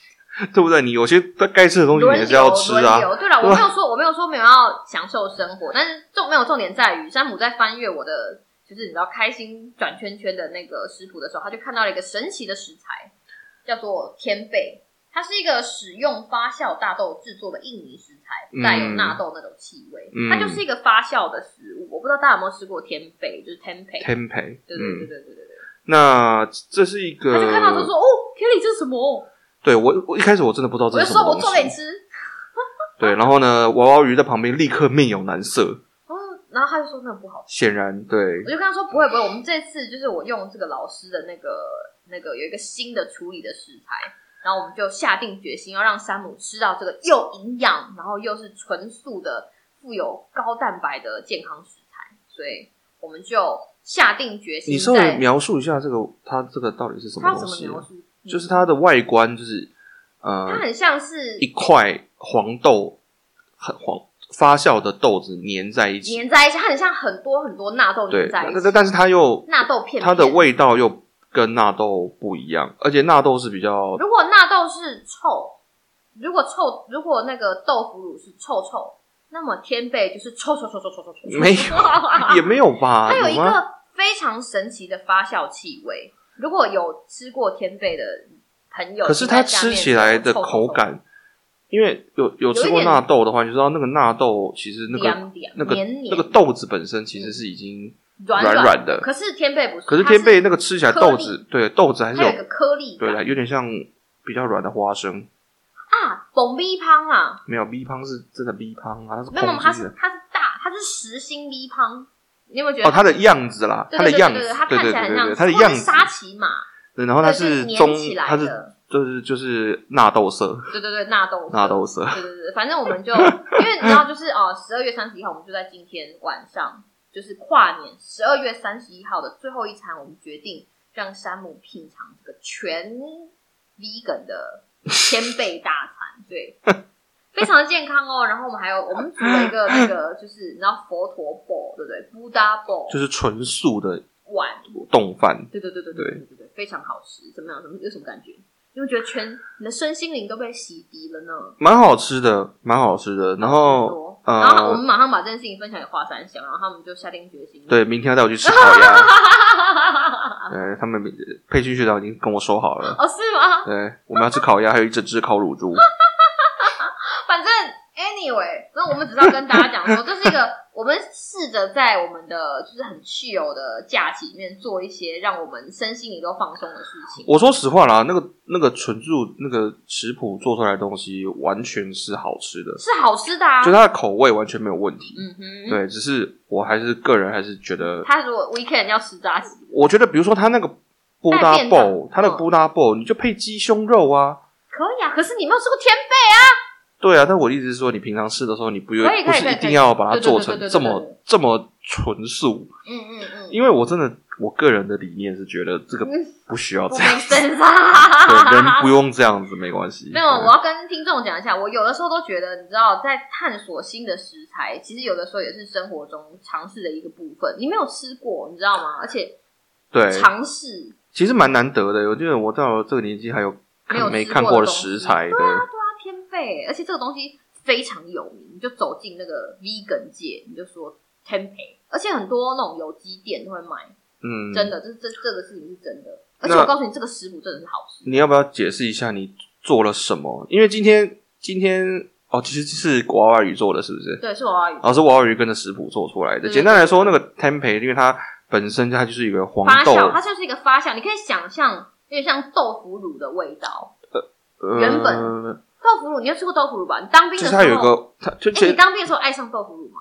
Speaker 2: 对不对？你有些该吃的东西你还
Speaker 1: 轮
Speaker 2: 是要
Speaker 1: 流
Speaker 2: 吃
Speaker 1: 轮
Speaker 2: 啊。
Speaker 1: 流。对了，
Speaker 2: 对
Speaker 1: 我
Speaker 2: 吧
Speaker 1: 没有说我没有说没有要享受生活，但是重没有重点在于山姆在翻阅我的就是你知道开心转圈圈的那个食谱的时候，他就看到了一个神奇的食材，叫做天贝。它是一个使用发酵大豆制作的印尼食材，
Speaker 2: 嗯
Speaker 1: 带有纳豆那种气味，
Speaker 2: 嗯
Speaker 1: 它就是一个发酵的食物。我不知道大家有没有吃过天贝，就是 tempeh，
Speaker 2: Tempeh，
Speaker 1: 对对对对
Speaker 2: 嗯，
Speaker 1: 对对对。
Speaker 2: 那这是一个
Speaker 1: 他就看到就说：“哦，Kelly 这是什么
Speaker 2: 对我，我一开始我真的不知道？”
Speaker 1: 我
Speaker 2: 这
Speaker 1: 就是
Speaker 2: 什
Speaker 1: 说：“
Speaker 2: 么
Speaker 1: 我
Speaker 2: 东西。
Speaker 1: 做给你吃。
Speaker 2: 对，然后呢，娃娃鱼在旁边立刻面有难色，”
Speaker 1: 哦，然后他就说：“那不好吃。
Speaker 2: 显然”对
Speaker 1: 我就跟他说：“不会不会，我们这次就是我用这个老师的那个那个有一个新的处理的食材，然后我们就下定决心要让山姆吃到这个又营养，然后又是纯素的、富有高蛋白的健康食材，所以我们就下定决心
Speaker 2: 你稍微描述一下这个它这个到底是什么
Speaker 1: 它怎
Speaker 2: 东
Speaker 1: 么
Speaker 2: 西啊、
Speaker 1: 描述？嗯
Speaker 2: 就是它的外观就是
Speaker 1: 它
Speaker 2: 呃
Speaker 1: 很像是
Speaker 2: 一块黄豆很黄发酵的豆子粘在一起，
Speaker 1: 粘在一起，它很像很多很多纳豆
Speaker 2: 对，
Speaker 1: 粘在
Speaker 2: 但
Speaker 1: 一
Speaker 2: 但
Speaker 1: 起，
Speaker 2: 但是它又
Speaker 1: 纳豆片片
Speaker 2: 它的味道又跟纳豆不一样，而且纳豆是比较
Speaker 1: 如果纳豆是臭，如果臭，如果那个豆腐乳是臭臭，那么天贝就是臭臭臭臭臭臭臭。
Speaker 2: 没有也没有吧？
Speaker 1: 啊它有一
Speaker 2: 吗？
Speaker 1: 个非常神奇的发酵气味。如果有吃过天贝的朋友，
Speaker 2: 可是它吃起来的口感，因为有有吃
Speaker 1: 有
Speaker 2: 过
Speaker 1: 一点
Speaker 2: 纳豆的话，你就知道那个纳豆其实那
Speaker 1: 你在家
Speaker 2: 个
Speaker 1: 面吃臭臭臭，
Speaker 2: 那个
Speaker 1: 黏黏
Speaker 2: 那个豆子本身其实是已经
Speaker 1: 软
Speaker 2: 软
Speaker 1: 软
Speaker 2: 软的，
Speaker 1: 可是天贝不是，
Speaker 2: 可是
Speaker 1: 它
Speaker 2: 天贝那个吃起来豆
Speaker 1: 颗
Speaker 2: 子，对豆子还是
Speaker 1: 它有一个
Speaker 2: 有，
Speaker 1: 颗粒
Speaker 2: 对
Speaker 1: 感
Speaker 2: 的，有点像比较软的花生。
Speaker 1: 啊，蹦逼胖啊，
Speaker 2: 没有 B 胖是真的 B 胖啊，它是
Speaker 1: 没有没有，
Speaker 2: 空
Speaker 1: 它
Speaker 2: 心
Speaker 1: 是
Speaker 2: 的
Speaker 1: 它是大，它是实心逼胖，你有没有觉得
Speaker 2: 哦，它的样子啦，
Speaker 1: 对
Speaker 2: 它的
Speaker 1: 对对
Speaker 2: 样
Speaker 1: 对
Speaker 2: 子
Speaker 1: 对，它，
Speaker 2: 对
Speaker 1: 看
Speaker 2: 对
Speaker 1: 起来
Speaker 2: 对
Speaker 1: 很
Speaker 2: 对，
Speaker 1: 像
Speaker 2: 对它的样
Speaker 1: 或是
Speaker 2: 子，
Speaker 1: 沙琪玛，
Speaker 2: 对然后它
Speaker 1: 对就是黏
Speaker 2: 棕
Speaker 1: 起，来
Speaker 2: 它是
Speaker 1: 的
Speaker 2: 就是就是纳豆色，
Speaker 1: 对对对，纳豆
Speaker 2: 纳豆色，
Speaker 1: 对对对，反正我们就因为你知道，就是哦，十二月三十一号，我们就在今天晚上，就是跨年十二月三十一号的最后一餐，我们决定让山姆品尝这个全 vegan 的千倍大餐， 对，非常的健康哦。然后我们还有我们煮了一个那个就是你知道佛陀 bowl 对不对？Buddha bowl
Speaker 2: 就是纯素的
Speaker 1: 碗，
Speaker 2: 冻饭。
Speaker 1: 对对对对对对对对，非常好吃。怎么样？怎么有什么感觉？你会觉得全你的身心灵都被洗涤了呢？
Speaker 2: 蛮好吃的，蛮好吃的。然后
Speaker 1: 多
Speaker 2: 呃
Speaker 1: 然后我们马上把这件事情分享给华山小，然后他们就下定决心。，
Speaker 2: 对，明天要带我去吃烤 鸭。对，他们呃佩训学长已经跟我说好了。
Speaker 1: 哦，是吗？
Speaker 2: 对，我们要吃烤鸭，还有一整只烤乳猪。
Speaker 1: 反正 anyway，那我们只是要跟大家讲说，这是一个我们试着在我们的就是很 chill 的假期里面做一些让我们身心里都放松的事情。
Speaker 2: 我说实话啦，那个那个纯素那个食谱做出来的东西，完全是好吃的，
Speaker 1: 是好吃的啊，
Speaker 2: 就它的口味完全没有问题。
Speaker 1: 嗯哼，。
Speaker 2: 对，只是我还是个人还是觉得，
Speaker 1: 他如果 weekend 要吃炸鸡，
Speaker 2: 我觉得比如说它那个布
Speaker 1: 带
Speaker 2: 达
Speaker 1: 便当
Speaker 2: bowl，它那
Speaker 1: 嗯
Speaker 2: 个布达 bowl，你就配鸡胸肉啊。
Speaker 1: 可以啊。可是你没有吃过天
Speaker 2: 对啊，但我的意思是说，你平常吃的时候，你不用
Speaker 1: 可以可以
Speaker 2: 不是
Speaker 1: 可以
Speaker 2: 一
Speaker 1: 可
Speaker 2: 定
Speaker 1: 以
Speaker 2: 要把它
Speaker 1: 对对
Speaker 2: 做
Speaker 1: 对
Speaker 2: 成
Speaker 1: 对对
Speaker 2: 这
Speaker 1: 对
Speaker 2: 么
Speaker 1: 对
Speaker 2: 这么纯素，
Speaker 1: 贝，嗯嗯嗯，
Speaker 2: 因为我真的我个人的理念是觉得这个
Speaker 1: 嗯
Speaker 2: 不需要
Speaker 1: 不
Speaker 2: 这
Speaker 1: 没
Speaker 2: 样，
Speaker 1: sense
Speaker 2: 对人
Speaker 1: 啊。
Speaker 2: 不用这样子没关系。
Speaker 1: 没有，我
Speaker 2: 对
Speaker 1: 要跟听众讲一下，我有的时候都觉得，你知道，在探索新的食材，其实有的时候也是生活中尝试的一个部分。你没有吃过，你知道吗？而且
Speaker 2: 对，
Speaker 1: 尝试，
Speaker 2: 其实蛮难得的。我觉得我到了这个年纪还有
Speaker 1: 没有
Speaker 2: 看没
Speaker 1: 吃
Speaker 2: 看
Speaker 1: 过
Speaker 2: 过
Speaker 1: 的
Speaker 2: 的
Speaker 1: 东
Speaker 2: 食
Speaker 1: 西啊
Speaker 2: 材，对，
Speaker 1: 它天贝，而且这个东西非常有名，你就走进那个 vegan 界，你就说 tempeh，而且很多那种有机店都会卖，
Speaker 2: 嗯，
Speaker 1: 真的，这这这个事情是真的。而
Speaker 2: 那
Speaker 1: 且我告诉你，这个食谱真的是好吃。
Speaker 2: 你要不要解释一下你做了什么？因为今天今天哦，其实是娃娃鱼做的，是不是？
Speaker 1: 对，是娃娃鱼
Speaker 2: 然后是娃娃鱼跟着食谱做出来的。
Speaker 1: 对
Speaker 2: 简单来说，那个 tempeh，因为它本身它就是一个黄
Speaker 1: 发
Speaker 2: 豆，
Speaker 1: 酵，它就是一个发酵，你可以想象，有点像豆腐乳的味道。
Speaker 2: 呃
Speaker 1: 原本豆腐乳，你有吃过豆腐乳吧？你当兵
Speaker 2: 就
Speaker 1: 的
Speaker 2: 是
Speaker 1: 时候，
Speaker 2: 它有一个，它就
Speaker 1: 哎、
Speaker 2: 这、
Speaker 1: 你当兵的时候爱上豆腐乳吗？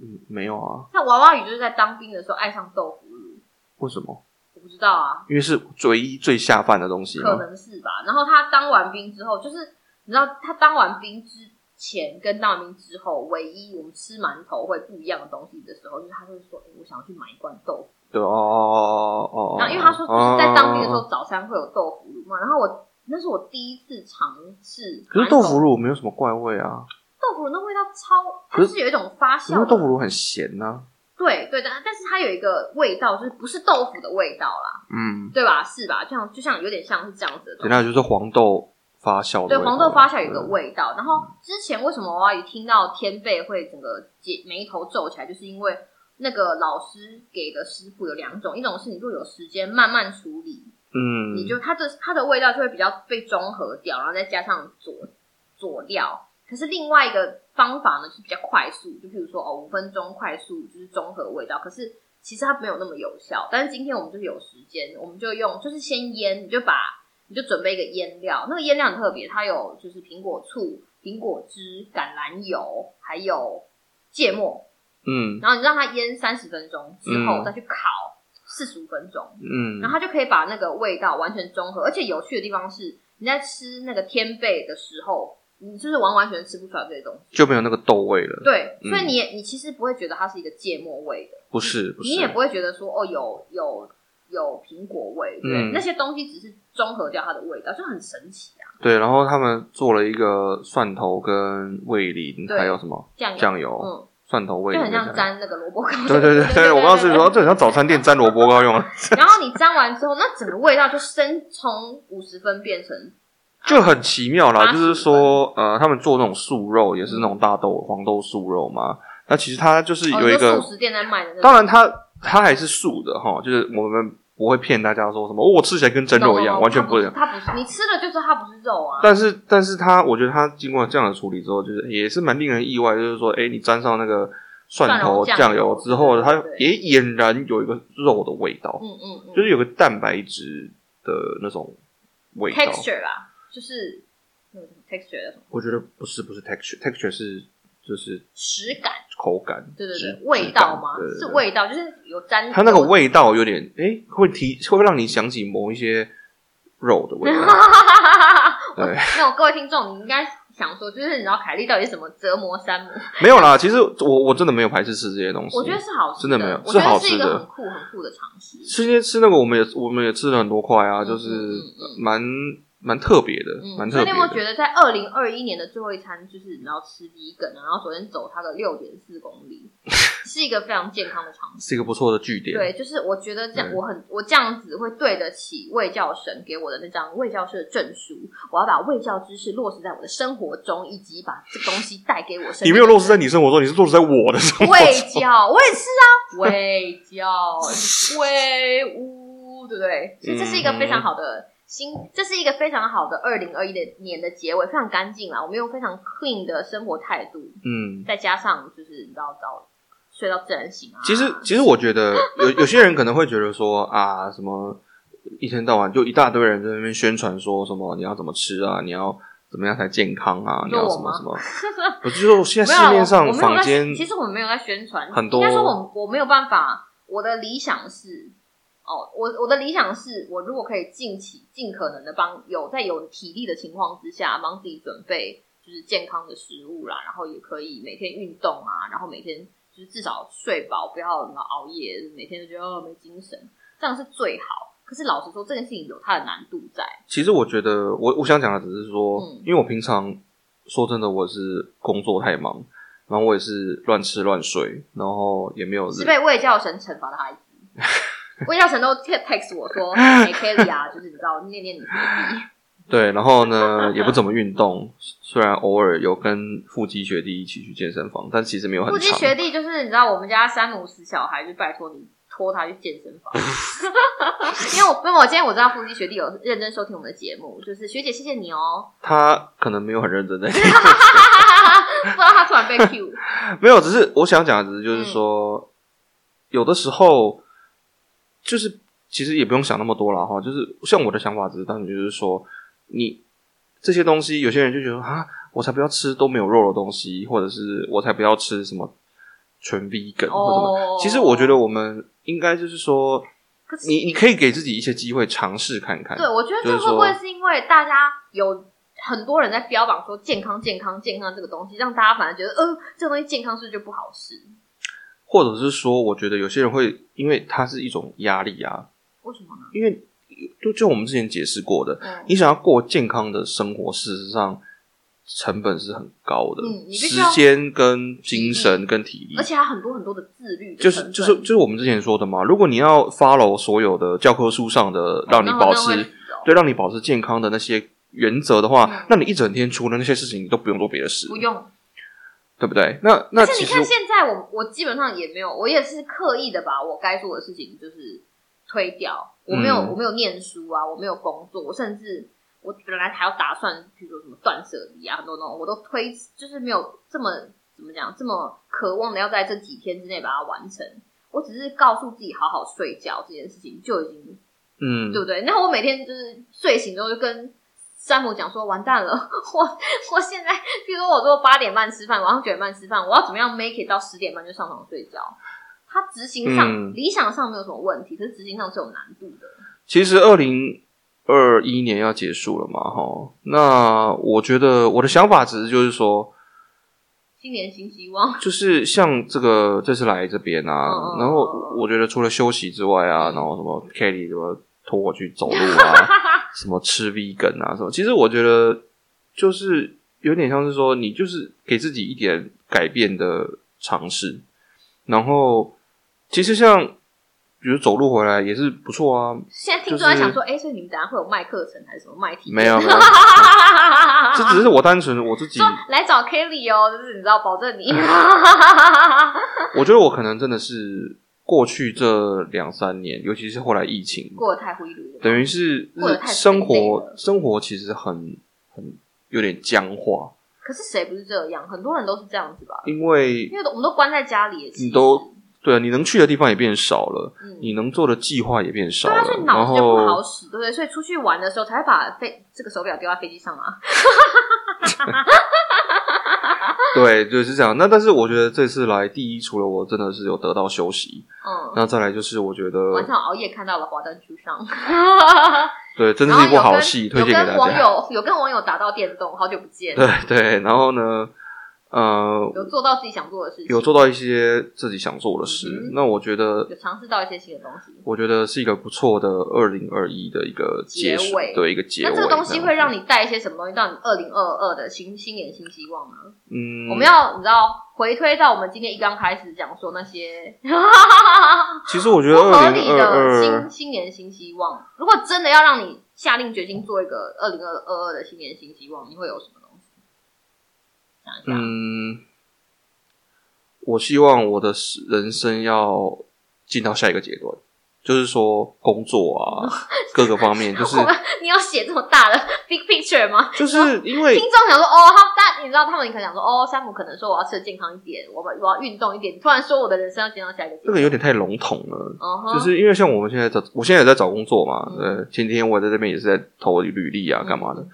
Speaker 2: 嗯没有啊？
Speaker 1: 那娃娃鱼就是在当兵的时候爱上豆腐乳，
Speaker 2: 为什么？
Speaker 1: 我不知道啊，
Speaker 2: 因为是唯一最下饭的东西
Speaker 1: 可
Speaker 2: 嘛。
Speaker 1: 能是吧。然后他当完兵之后，就是你知道他当完兵之前跟当完兵之后，唯一我们吃馒头会不一样的东西的时候，就是他就会说，哎、我想要去买一罐豆腐。
Speaker 2: 对哦哦哦哦。
Speaker 1: 然后因为他说就是在当兵的时
Speaker 2: 哦，哦哦
Speaker 1: 候早餐会有豆腐乳嘛，然后我那是我第一次尝试。
Speaker 2: 可是豆腐，乳没有什么怪味啊，
Speaker 1: 豆腐乳那味道超，它
Speaker 2: 可是
Speaker 1: 就是有一种发酵
Speaker 2: 因
Speaker 1: 的
Speaker 2: 为豆腐乳很咸呐、
Speaker 1: 对对，但但是它有一个味道，就是不是豆腐的味道啦，
Speaker 2: 嗯，
Speaker 1: 对吧？是吧？就像就像有点像是这样子的
Speaker 2: 简
Speaker 1: 东西。
Speaker 2: 单来就是黄豆发酵的
Speaker 1: 对
Speaker 2: 味道
Speaker 1: 黄
Speaker 2: 嘛。
Speaker 1: 豆发酵有一个
Speaker 2: 对
Speaker 1: 味道，然后之前为什么娃娃鱼听到天贝会整个结眉头皱起来，就是因为那个老师给的食谱有两种，一种是你若有时间慢慢处理，
Speaker 2: 嗯，
Speaker 1: 你就它的它的味道就会比较被中和掉，然后再加上佐佐料。可是另外一个方法呢，是比较快速，就譬如说哦，五分钟快速就是中和味道。可是其实它没有那么有效。但是今天我们就是有时间，我们就用就是先腌，你就把你就准备一个腌料，那个腌料很特别，它有就是苹果醋、苹果汁、橄榄油，还有芥末，
Speaker 2: 嗯
Speaker 1: 然后你让它腌三十分钟之后
Speaker 2: 嗯
Speaker 1: 再去烤，四十五分钟，
Speaker 2: 嗯
Speaker 1: 然后它就可以把那个味道完全中和。而且有趣的地方是，你在吃那个天贝的时候，你就是完完全吃不出来这些东西。
Speaker 2: 就没有那个豆味了。
Speaker 1: 对，
Speaker 2: 嗯
Speaker 1: 所以你也你其实不会觉得它是一个芥末味的，
Speaker 2: 不是，不是，
Speaker 1: 你也不会觉得说哦有有有苹果味，对，
Speaker 2: 嗯
Speaker 1: 那些东西只是中和掉它的味道，就很神奇啊。
Speaker 2: 对。然后他们做了一个蒜头跟味淋，
Speaker 1: 对
Speaker 2: 还有什么
Speaker 1: 酱油，
Speaker 2: 酱油、
Speaker 1: 嗯，
Speaker 2: 蒜头味
Speaker 1: 就很
Speaker 2: 淋的酱油，
Speaker 1: 像沾那个萝卜糕。
Speaker 2: 对对 对对，我刚刚是说，这很像早餐店沾萝卜糕用的，
Speaker 1: 然后你沾完之后，那整个味道就升从五十分变成
Speaker 2: 就很奇妙啦。
Speaker 1: 八
Speaker 2: 就
Speaker 1: 十
Speaker 2: 是说，呃，他们做那种素肉也是那种大豆黄豆素肉嘛，那其实它就是有一
Speaker 1: 哦
Speaker 2: 个
Speaker 1: 就素，食店在卖的那种。
Speaker 2: 当然它它还是素的哈，就是我们不会骗大家说什么、哦我吃起来跟真肉一样，
Speaker 1: No，no，no，
Speaker 2: 完全
Speaker 1: 它
Speaker 2: 不
Speaker 1: 不
Speaker 2: 一
Speaker 1: 是
Speaker 2: 样。
Speaker 1: 它不是，你吃了就知道它不是肉啊。
Speaker 2: 但是，但是它，我觉得它经过这样的处理之后，就是也是蛮令人意外，就是说，哎、你沾上那个
Speaker 1: 蒜
Speaker 2: 蒜头
Speaker 1: 蓉酱
Speaker 2: 酱油之后，
Speaker 1: 对
Speaker 2: 它
Speaker 1: 对
Speaker 2: 也俨然有一个肉的味道，
Speaker 1: 嗯嗯嗯，
Speaker 2: 就是有个蛋白质的那种味道。
Speaker 1: texture 啦，就是那个什么 texture 叫什么
Speaker 2: 我觉得不是不是 texture，texture 是就是
Speaker 1: 实感，
Speaker 2: 口感，
Speaker 1: 对对
Speaker 2: 质
Speaker 1: 对，味道吗？
Speaker 2: 质感对对
Speaker 1: 是
Speaker 2: 对
Speaker 1: 味道，就是有沾
Speaker 2: 它那个味道有点哎、诶会提会不会让你想起某一些肉的味道？ 对，
Speaker 1: 那我各位听众，你应该想说，就是你知道凯莉到底是什么折磨山姆？
Speaker 2: 没有啦，其实我我真的没有排斥吃这些东西。
Speaker 1: 我觉得是好吃
Speaker 2: 真的
Speaker 1: 的
Speaker 2: 没有
Speaker 1: 我觉
Speaker 2: 是好
Speaker 1: 得
Speaker 2: 吃
Speaker 1: 是一个
Speaker 2: 的
Speaker 1: 很酷很酷的尝试。
Speaker 2: 吃那些吃那个，我们也我们也吃了很多块啊，
Speaker 1: 嗯
Speaker 2: 就是
Speaker 1: 嗯嗯
Speaker 2: 蛮蛮特别的，蛮
Speaker 1: 嗯，所以你
Speaker 2: 特别
Speaker 1: 有没有觉
Speaker 2: 的。
Speaker 1: 得在二零二一年的最后一餐，就是你要吃第一个，然后昨天走它的六点四公 里，是一个非常健康的尝试。
Speaker 2: 是一个不错的据点，嗯
Speaker 1: 对，就是我觉得这样，
Speaker 2: 对
Speaker 1: 我很我这样子会对得起卫教神给我的那张卫教师的证书。我要把卫教知识落实在我的生活中，以及把这东西带给我身边的人。
Speaker 2: 你没有落实在你生活中，你是落实在我的生 活
Speaker 1: 卫
Speaker 2: 中。
Speaker 1: 教，我也是啊，卫教， 威武，对不对？所以这是
Speaker 2: 嗯
Speaker 1: 一个非常好的新，这是一个非常好的二零二一的年的结尾，非常干净啦。我们用非常 clean 的生活态度，
Speaker 2: 嗯，
Speaker 1: 再加上就是你知道，到睡到自然醒啊。
Speaker 2: 其实其实我觉得有有些人可能会觉得说啊，什么一天到晚就一大堆人在那边宣传说什么你要怎么吃啊，你要怎么样才健康啊，你要什么什么，我就说现在
Speaker 1: 没有啊
Speaker 2: 市面
Speaker 1: 我
Speaker 2: 上
Speaker 1: 我没有在
Speaker 2: 坊间
Speaker 1: 其实我们没有在宣传，
Speaker 2: 很多
Speaker 1: 应该说我我没有办法，我的理想是。哦，我我的理想是我如果可以尽起尽可能的帮有在有体力的情况之下，帮自己准备就是健康的食物啦，然后也可以每天运动啊，然后每天就是至少睡饱，不要什么熬夜，每天就觉得哦没精神，这样是最好。可是老实说，这件事情有它的难度在，
Speaker 2: 其实我觉得，我我想讲的只是说，
Speaker 1: 嗯
Speaker 2: 因为我平常说真的，我是工作太忙，然后我也是乱吃乱睡，然后也没有
Speaker 1: 是
Speaker 2: 人
Speaker 1: 被魏教神惩罚的 孩子。魏教神都 text 我说：“哎 Kelly 啊，就是你知道念念你学弟，
Speaker 2: 对，然后呢也不怎么运动，虽然偶尔有跟腹肌学弟一起去健身房，但其实没有很
Speaker 1: 腹肌
Speaker 2: 长。
Speaker 1: 学弟就是你知道我们家三五十小孩，就拜托你拖他去健身 房。因为我因为我今天我知道腹肌学弟有认真收听我们的节目，就是学姐谢谢你哦，
Speaker 2: 他可能没有很认真在听，
Speaker 1: 不知道他突嗯 然被 Q，
Speaker 2: 没有，只是我想讲的只是就是说，有的时候就是其实也不用想那么多了哈，就是像我的想法只是单纯就是说，你这些东西有些人就觉得啊，我才不要吃都没有肉的东西，或者是我才不要吃什么纯 vegan 或什么。
Speaker 1: 哦，
Speaker 2: 其实我觉得我们应该就是说，
Speaker 1: 可是
Speaker 2: 你你可以给自己一些机会尝试看看。
Speaker 1: 对，我觉得
Speaker 2: 就
Speaker 1: 这
Speaker 2: 是
Speaker 1: 会不会
Speaker 2: 说
Speaker 1: 是因为大家有很多人在标榜说健康、健康、健康这个东西，让大家反而觉得呃，这个东西健康是不是就不好吃？
Speaker 2: 或者是说，我觉得有些人会因为它是一种压力啊，
Speaker 1: 为什么呢？
Speaker 2: 因为就就我们之前解释过的，
Speaker 1: 嗯
Speaker 2: 你想要过健康的生活，事实上成本是很高的，
Speaker 1: 嗯你必须
Speaker 2: 时
Speaker 1: 要
Speaker 2: 间跟精神跟体力，
Speaker 1: 而且还有很多很多的自律的
Speaker 2: 就
Speaker 1: 成
Speaker 2: 是
Speaker 1: 分，
Speaker 2: 就是就是我们之前说的嘛。如果你要 follow 所有的教科书上的让你
Speaker 1: 哦那
Speaker 2: 保
Speaker 1: 那会
Speaker 2: 持
Speaker 1: 死哦
Speaker 2: 对让你保持健康的那些原则的话
Speaker 1: 嗯，
Speaker 2: 那你一整天除了那些事情，你都不用做别的事
Speaker 1: 不，用。
Speaker 2: 对不对？那那
Speaker 1: 而且
Speaker 2: 其
Speaker 1: 你
Speaker 2: 实
Speaker 1: 看现在我我基本上也没有，我也是刻意的把我该做的事情就是推掉。我没有、
Speaker 2: 嗯
Speaker 1: 我没有念书啊，我没有工作，我甚至我本来还要打算，比如说什么断舍离啊，很多那种我都推，就是没有这么怎么讲，这么渴望的要在这几天之内把它完成。我只是告诉自己好好睡觉这件事情就已经
Speaker 2: 嗯
Speaker 1: 对，不对？那我每天就是睡醒之后就跟山姆讲说，完蛋了，我我现在，比如说我如果八点半吃饭，晚上九点半吃饭，我要怎么样 make it 到十点半就上床睡觉？它执行上、
Speaker 2: 嗯
Speaker 1: 理想上没有什么问题，可是执行上是有难度的。
Speaker 2: 其实二零二一年要结束了嘛，哈，那我觉得我的想法只是就是说，
Speaker 1: 新年新希望，
Speaker 2: 就是像这个这次来这边啊，
Speaker 1: 嗯嗯
Speaker 2: 然后
Speaker 1: 嗯嗯
Speaker 2: 我觉得除了休息之外啊，然后什么 Kelly 什么拖我去走路啊，什么吃 vegan 啊什么，其实我觉得就是有点像是说，你就是给自己一点改变的尝试，然后其实像比如走路回来也是不错啊，
Speaker 1: 现在听
Speaker 2: 就是
Speaker 1: 众在想说，哎、所以你们等下会有卖课程还是什么卖体验？
Speaker 2: 没有没有这只是我单纯我自己
Speaker 1: 说，来找 Kelly 哦，就是你知道，保证你。
Speaker 2: 嗯我觉得我可能真的是过去这两三年，尤其是后来疫 情，
Speaker 1: 过得太灰溜溜，
Speaker 2: 等于是
Speaker 1: 过得太
Speaker 2: 生
Speaker 1: 疲惫
Speaker 2: 活
Speaker 1: 了
Speaker 2: 生活其实很很有点僵化，
Speaker 1: 可是谁不是这样？很多人都是这样子吧？
Speaker 2: 因为
Speaker 1: 因为我们都关在家里，其实
Speaker 2: 你都对啊你能去的地方也变少了，
Speaker 1: 嗯，
Speaker 2: 你能做的计划也变少
Speaker 1: 对啊，所以
Speaker 2: 了，然
Speaker 1: 脑子就不好
Speaker 2: 后
Speaker 1: 使，对不对？所以出去玩的时候才会把飞这个手表丢在飞机上啊。
Speaker 2: 对就是这样。那但是我觉得这次来，第一除了我真的是有得到休息，
Speaker 1: 嗯，
Speaker 2: 那再来就是我觉
Speaker 1: 晚
Speaker 2: 得
Speaker 1: 上熬夜看到了《华灯初上》，
Speaker 2: 对真的
Speaker 1: 然后
Speaker 2: 是一部
Speaker 1: 有
Speaker 2: 好
Speaker 1: 跟
Speaker 2: 戏，推
Speaker 1: 有
Speaker 2: 荐给
Speaker 1: 跟
Speaker 2: 大
Speaker 1: 网
Speaker 2: 家。
Speaker 1: 友有跟网友打到电动，好久不见，
Speaker 2: 对对，然后呢，呃，
Speaker 1: 有做到自己想做的事情，
Speaker 2: 有做到一些自己想做的事。
Speaker 1: 嗯
Speaker 2: 那我觉得，
Speaker 1: 有尝试到一些新的东西。
Speaker 2: 我觉得是一个不错的二零二一的一个
Speaker 1: 结
Speaker 2: 结束
Speaker 1: 尾
Speaker 2: 对一个结
Speaker 1: 那
Speaker 2: 尾样
Speaker 1: 这
Speaker 2: 子。
Speaker 1: 个东西会让你带一些什么东西到你二零二二的新新年新希望吗？
Speaker 2: 嗯，
Speaker 1: 我们要你知道回推到我们今天一刚开始讲说那些
Speaker 2: 其实我觉
Speaker 1: 不
Speaker 2: 得
Speaker 1: 合
Speaker 2: 二零
Speaker 1: 理
Speaker 2: 二
Speaker 1: 的新
Speaker 2: 二，
Speaker 1: 新年新希望，如果真的要让你下定决心做一个二零二二二的新年新希望，你会有什么东西？想一下，
Speaker 2: 嗯，我希望我的人生要进到下一个阶段，就是说工作啊， 各个方面，就是
Speaker 1: 我们 你要写这么大的 big picture 吗？
Speaker 2: 就是因为
Speaker 1: 听众想说哦，他但你知道他们可能想说哦，山姆可能说我要吃的健康一点，我把我要运动一点，你突然说我的人生要进到下一个阶
Speaker 2: 这个
Speaker 1: 段，
Speaker 2: 有点太笼统了。
Speaker 1: 嗯哼
Speaker 2: 就是因为像我们现在找，我现在也在找工作嘛，
Speaker 1: 嗯
Speaker 2: 呃，前天我在这边也是在投履历啊，干嘛的，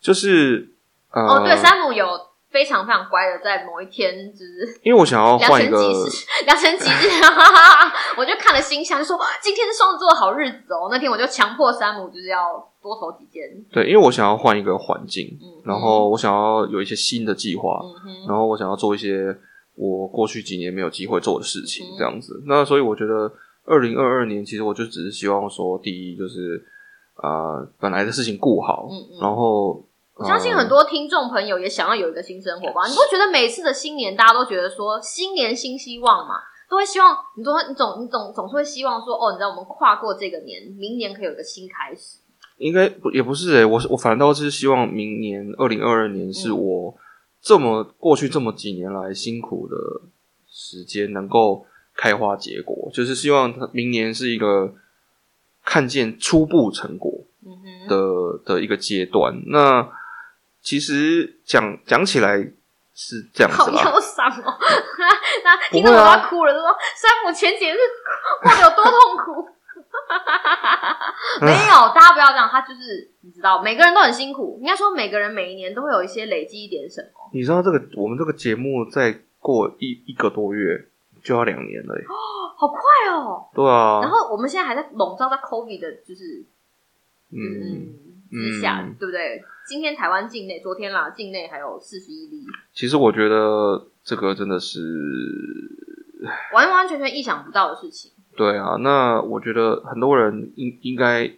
Speaker 2: 就是呃，
Speaker 1: 哦，对，山姆有非常非常乖的，在某一天就是
Speaker 2: 因为我想要
Speaker 1: 良
Speaker 2: 换一
Speaker 1: 辰
Speaker 2: 个，
Speaker 1: 吉 时，良辰吉日，哈哈哈 我就看了心想，就说今天是双子座的好日子哦。那天我就强迫山姆就是要多投几件，
Speaker 2: 对，因为我想要换一个环境，
Speaker 1: 嗯，
Speaker 2: 然后我想要有一些新的计划，
Speaker 1: 嗯哼，
Speaker 2: 然后我想要做一些我过去几年没有机会做的事情
Speaker 1: 嗯，
Speaker 2: 这样子。那所以我觉得，二零二二年其实我就只是希望说，第一就是呃本来的事情顾好，
Speaker 1: 嗯嗯
Speaker 2: 然后
Speaker 1: 我相信很
Speaker 2: 多、
Speaker 1: 多听众朋友也想要有一个新生活吧？你不觉得每次的新年大家都觉得说新年新希望嘛？都会希望你都会你总你总总是会希望说哦，你知道我们跨过这个年，明年可以有一个新开始。
Speaker 2: 应该不也不是诶、我我反倒是希望明年二零二二年是
Speaker 1: 嗯
Speaker 2: 我这么过去这么几年来辛苦的时间能够开花结果，就是希望它明年是一个看见初步成果
Speaker 1: 嗯哼，
Speaker 2: 的的一个阶段。那其实讲讲起来是这样
Speaker 1: 好
Speaker 2: 子啦，
Speaker 1: 忧伤哦！ 那听
Speaker 2: 不
Speaker 1: 众
Speaker 2: 会
Speaker 1: 都
Speaker 2: 啊
Speaker 1: 要哭了，就说山姆前几日过得有多痛 苦。没有，大家不要这样，他就是你知道，每个人都很辛苦。应该说，每个人每一年都会有一些累积一点什么。
Speaker 2: 你知道这个我们这个节目再过一一个多月就要两年了耶，欸
Speaker 1: 好快哦！
Speaker 2: 对啊，
Speaker 1: 然后我们现在还在笼罩在 COVID 的，就是
Speaker 2: 嗯，
Speaker 1: 嗯之下，
Speaker 2: 嗯
Speaker 1: 对不对？今天台湾境内，昨天啦，境内还有四十一例，
Speaker 2: 其实我觉得这个真的是
Speaker 1: 完完全全意想不到的事情。
Speaker 2: 对啊，那我觉得很多人应应该。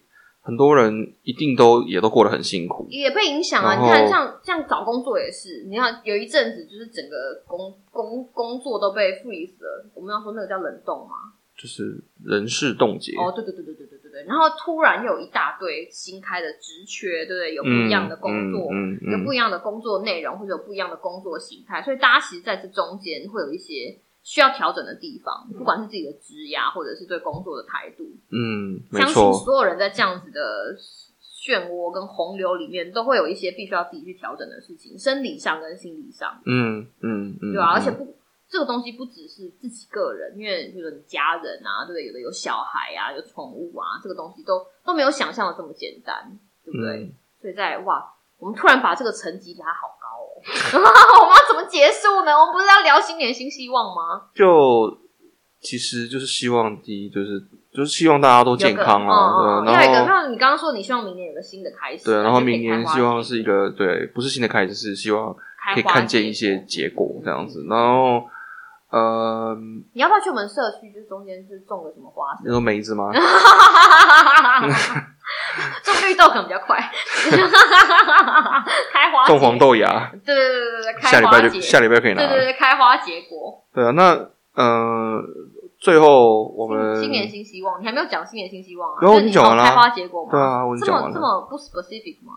Speaker 2: 很多人一定都也都过得很辛苦，
Speaker 1: 也被影响啊！
Speaker 2: 然
Speaker 1: 你看，
Speaker 2: 后
Speaker 1: 像像找工作也是，你看有一阵子就是整个工工工作都被 freeze 了，我们要说那个叫冷冻嘛。
Speaker 2: 就是人事冻结。
Speaker 1: 哦，对对对对对对对对。然后突然又有一大堆新开的职缺，对不对？有不
Speaker 2: 嗯，
Speaker 1: 一样的工作，
Speaker 2: 嗯
Speaker 1: 有
Speaker 2: 嗯
Speaker 1: 不
Speaker 2: 嗯，
Speaker 1: 一样的工作内容，或者有不一样的工作形态，所以大家其实在这中间会有一些需要调整的地方，不管是自己的职涯，或者是对工作的态度。
Speaker 2: 嗯，没
Speaker 1: 相信
Speaker 2: 错，
Speaker 1: 所有人在这样子的漩涡跟洪流里面，都会有一些必须要自己去调整的事情，生理上跟心理上，
Speaker 2: 嗯嗯嗯，
Speaker 1: 对吧、
Speaker 2: 嗯
Speaker 1: 而且不，这个东西不只是自己个人，因为比如说你家人啊，对不对？有的有小孩啊，有宠物啊，这个东西都都没有想象的这么简单，对不对？
Speaker 2: 嗯
Speaker 1: 所以在哇，我们突然把这个层级拉好高哦， 我们要怎么结束呢？我们不是要聊新年新希望吗？
Speaker 2: 就其实就是希望第一就是就是希望大家都健康
Speaker 1: 啊
Speaker 2: 啊，，
Speaker 1: 嗯嗯嗯
Speaker 2: 对啊
Speaker 1: 第二个，
Speaker 2: 然后
Speaker 1: 那你刚刚说你希望明年有个新的开始，
Speaker 2: 对啊，然后明
Speaker 1: 就可以
Speaker 2: 年
Speaker 1: 开花
Speaker 2: 希望是一个对，不是新的开始，是希望
Speaker 1: 开花
Speaker 2: 可以看见一
Speaker 1: 结
Speaker 2: 些
Speaker 1: 果
Speaker 2: 结果这样子。然后呃，
Speaker 1: 你要不要去我们社区？就是中间是种个什么花？
Speaker 2: 你说梅子吗？
Speaker 1: 种绿豆可能比较 快，开 花节
Speaker 2: 种黄，豆芽，
Speaker 1: 对对对对对，
Speaker 2: 下
Speaker 1: 开
Speaker 2: 礼
Speaker 1: 花
Speaker 2: 拜
Speaker 1: 结
Speaker 2: 就下礼拜可以拿
Speaker 1: 对对
Speaker 2: 了。
Speaker 1: 对，开花结果。
Speaker 2: 对啊，那呃，最后我
Speaker 1: 新
Speaker 2: 们
Speaker 1: 新年新希望，你还没有讲新年新希望啊？
Speaker 2: 有
Speaker 1: 就
Speaker 2: 我
Speaker 1: 是
Speaker 2: 已
Speaker 1: 你
Speaker 2: 经讲完
Speaker 1: 从
Speaker 2: 啦
Speaker 1: 开花结果嘛？
Speaker 2: 对啊，我已
Speaker 1: 这
Speaker 2: 经讲
Speaker 1: 么
Speaker 2: 完
Speaker 1: 这
Speaker 2: 了，
Speaker 1: 么不 specific 吗？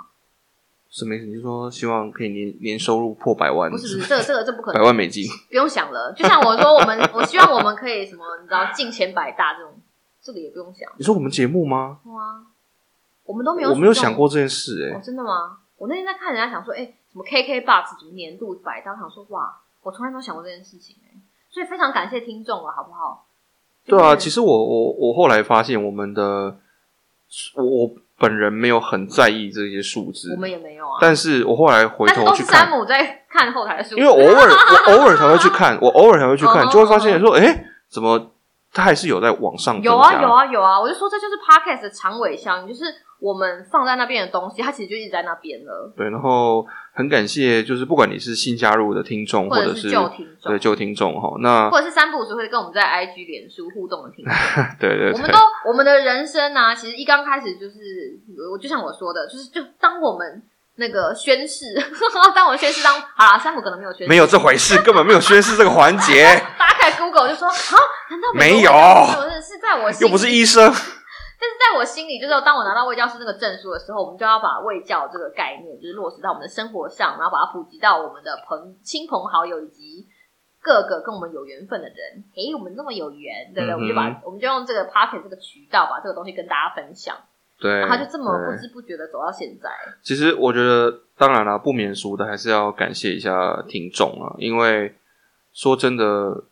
Speaker 2: 什么意思？你是说希望可以年年收入破百万
Speaker 1: 不，是不是，这个这个这不可
Speaker 2: 百
Speaker 1: 能，
Speaker 2: 万美金？
Speaker 1: 不用想了。就像我说，我们 我希望我们可以什么，你知道进前百大这种，这个也不用想。
Speaker 2: 你说我们节目吗？
Speaker 1: 哇，我们都没有，
Speaker 2: 我没有想。过这件事，
Speaker 1: 哦
Speaker 2: 哎，，
Speaker 1: 真的吗？我那天在看人家想说，哎、什么 KKBox 什么年度百大，想说哇，我从来没有想过这件事情哎、所以非常感谢听众了，好不好？
Speaker 2: 对啊，
Speaker 1: 就是
Speaker 2: 其实我我我后来发现，我们的我我本人没有很在意这些数字
Speaker 1: 我，们也没有啊，
Speaker 2: 但是我后来回
Speaker 1: 但是
Speaker 2: 头
Speaker 1: 都
Speaker 2: 去
Speaker 1: 是山
Speaker 2: 看，
Speaker 1: 姆在看后台的数字，
Speaker 2: 因为偶尔我偶尔才会去看，我偶尔才会去看，
Speaker 1: 哦
Speaker 2: 就会发现说，哎，怎么它还是有在往上增加？
Speaker 1: 有啊有啊有啊，我就说这就是 podcast 的长尾效应，就是我们放在那边的东西，它其实就一直在那边了，
Speaker 2: 对，然后很感谢，就是不管你是新加入的听众，
Speaker 1: 或
Speaker 2: 或
Speaker 1: 者
Speaker 2: 是
Speaker 1: 旧听众
Speaker 2: 对，旧听众哈，那
Speaker 1: 或者是三不五时会跟我们在 IG 脸书互动的听众。
Speaker 2: 对对
Speaker 1: 我们
Speaker 2: 对
Speaker 1: 都，我们的人生啊，其实一刚开始就是，我就像我说的，就是就当我们那个宣誓， 当我们宣誓当好啦，山姆可能没有宣誓，
Speaker 2: 没有这回事，根本没有宣誓这个环 节，
Speaker 1: 打开 Google 就说啊，难道
Speaker 2: 没有
Speaker 1: 不是是在我心
Speaker 2: 又不是医生，
Speaker 1: 但是在我心里，就是当我拿到卫教师那个证书的时候，我们就要把卫教这个概念，就是落实到我们的生活上，然后把它普及到我们的朋亲朋好友以及各个跟我们有缘分的人。诶，我们那么有缘，对不对？
Speaker 2: 嗯哼
Speaker 1: 我们就把我们就用这个 p o c k e t 这个渠道，把这个东西跟大家分享，
Speaker 2: 对，
Speaker 1: 然啊后就这么不
Speaker 2: 对
Speaker 1: 知不觉的走到现在。
Speaker 2: 其实我觉得，当然啦，不免俗的还是要感谢一下听众啊，因为说真的，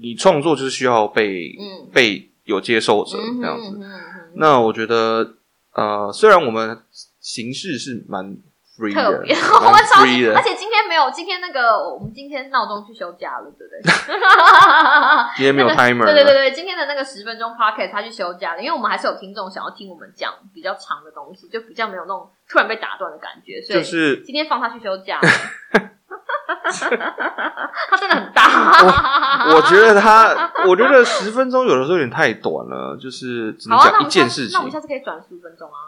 Speaker 2: 你创作就是需要被、
Speaker 1: 嗯
Speaker 2: 被有接受者
Speaker 1: 嗯哼，
Speaker 2: 这样子。
Speaker 1: 嗯哼嗯哼
Speaker 2: 那我觉得，呃，虽然我们形式是蛮 free
Speaker 1: 特
Speaker 2: 的，
Speaker 1: 别， 我
Speaker 2: 蛮
Speaker 1: 们超
Speaker 2: free
Speaker 1: 级，而
Speaker 2: 的，
Speaker 1: 且今天没有，今天那个我们今天闹钟去休假了， 对不对？
Speaker 2: 今天没有 timer，
Speaker 1: 对对对对，今天的那个十分钟 podcast 他去休假了，因为我们还是有听众想要听我们讲比较长的东西，就比较没有那种突然被打断的感觉，所以
Speaker 2: 就是
Speaker 1: 今天放他去休假 了。 他真的很大，啊
Speaker 2: 我觉 得他，我觉得十分钟有的时候有点太短了，就是只能
Speaker 1: 好啊，那
Speaker 2: 讲
Speaker 1: 我
Speaker 2: 一
Speaker 1: 们
Speaker 2: 件
Speaker 1: 下
Speaker 2: 事
Speaker 1: 次
Speaker 2: 情
Speaker 1: 那我。们下次可以转十五分钟啊。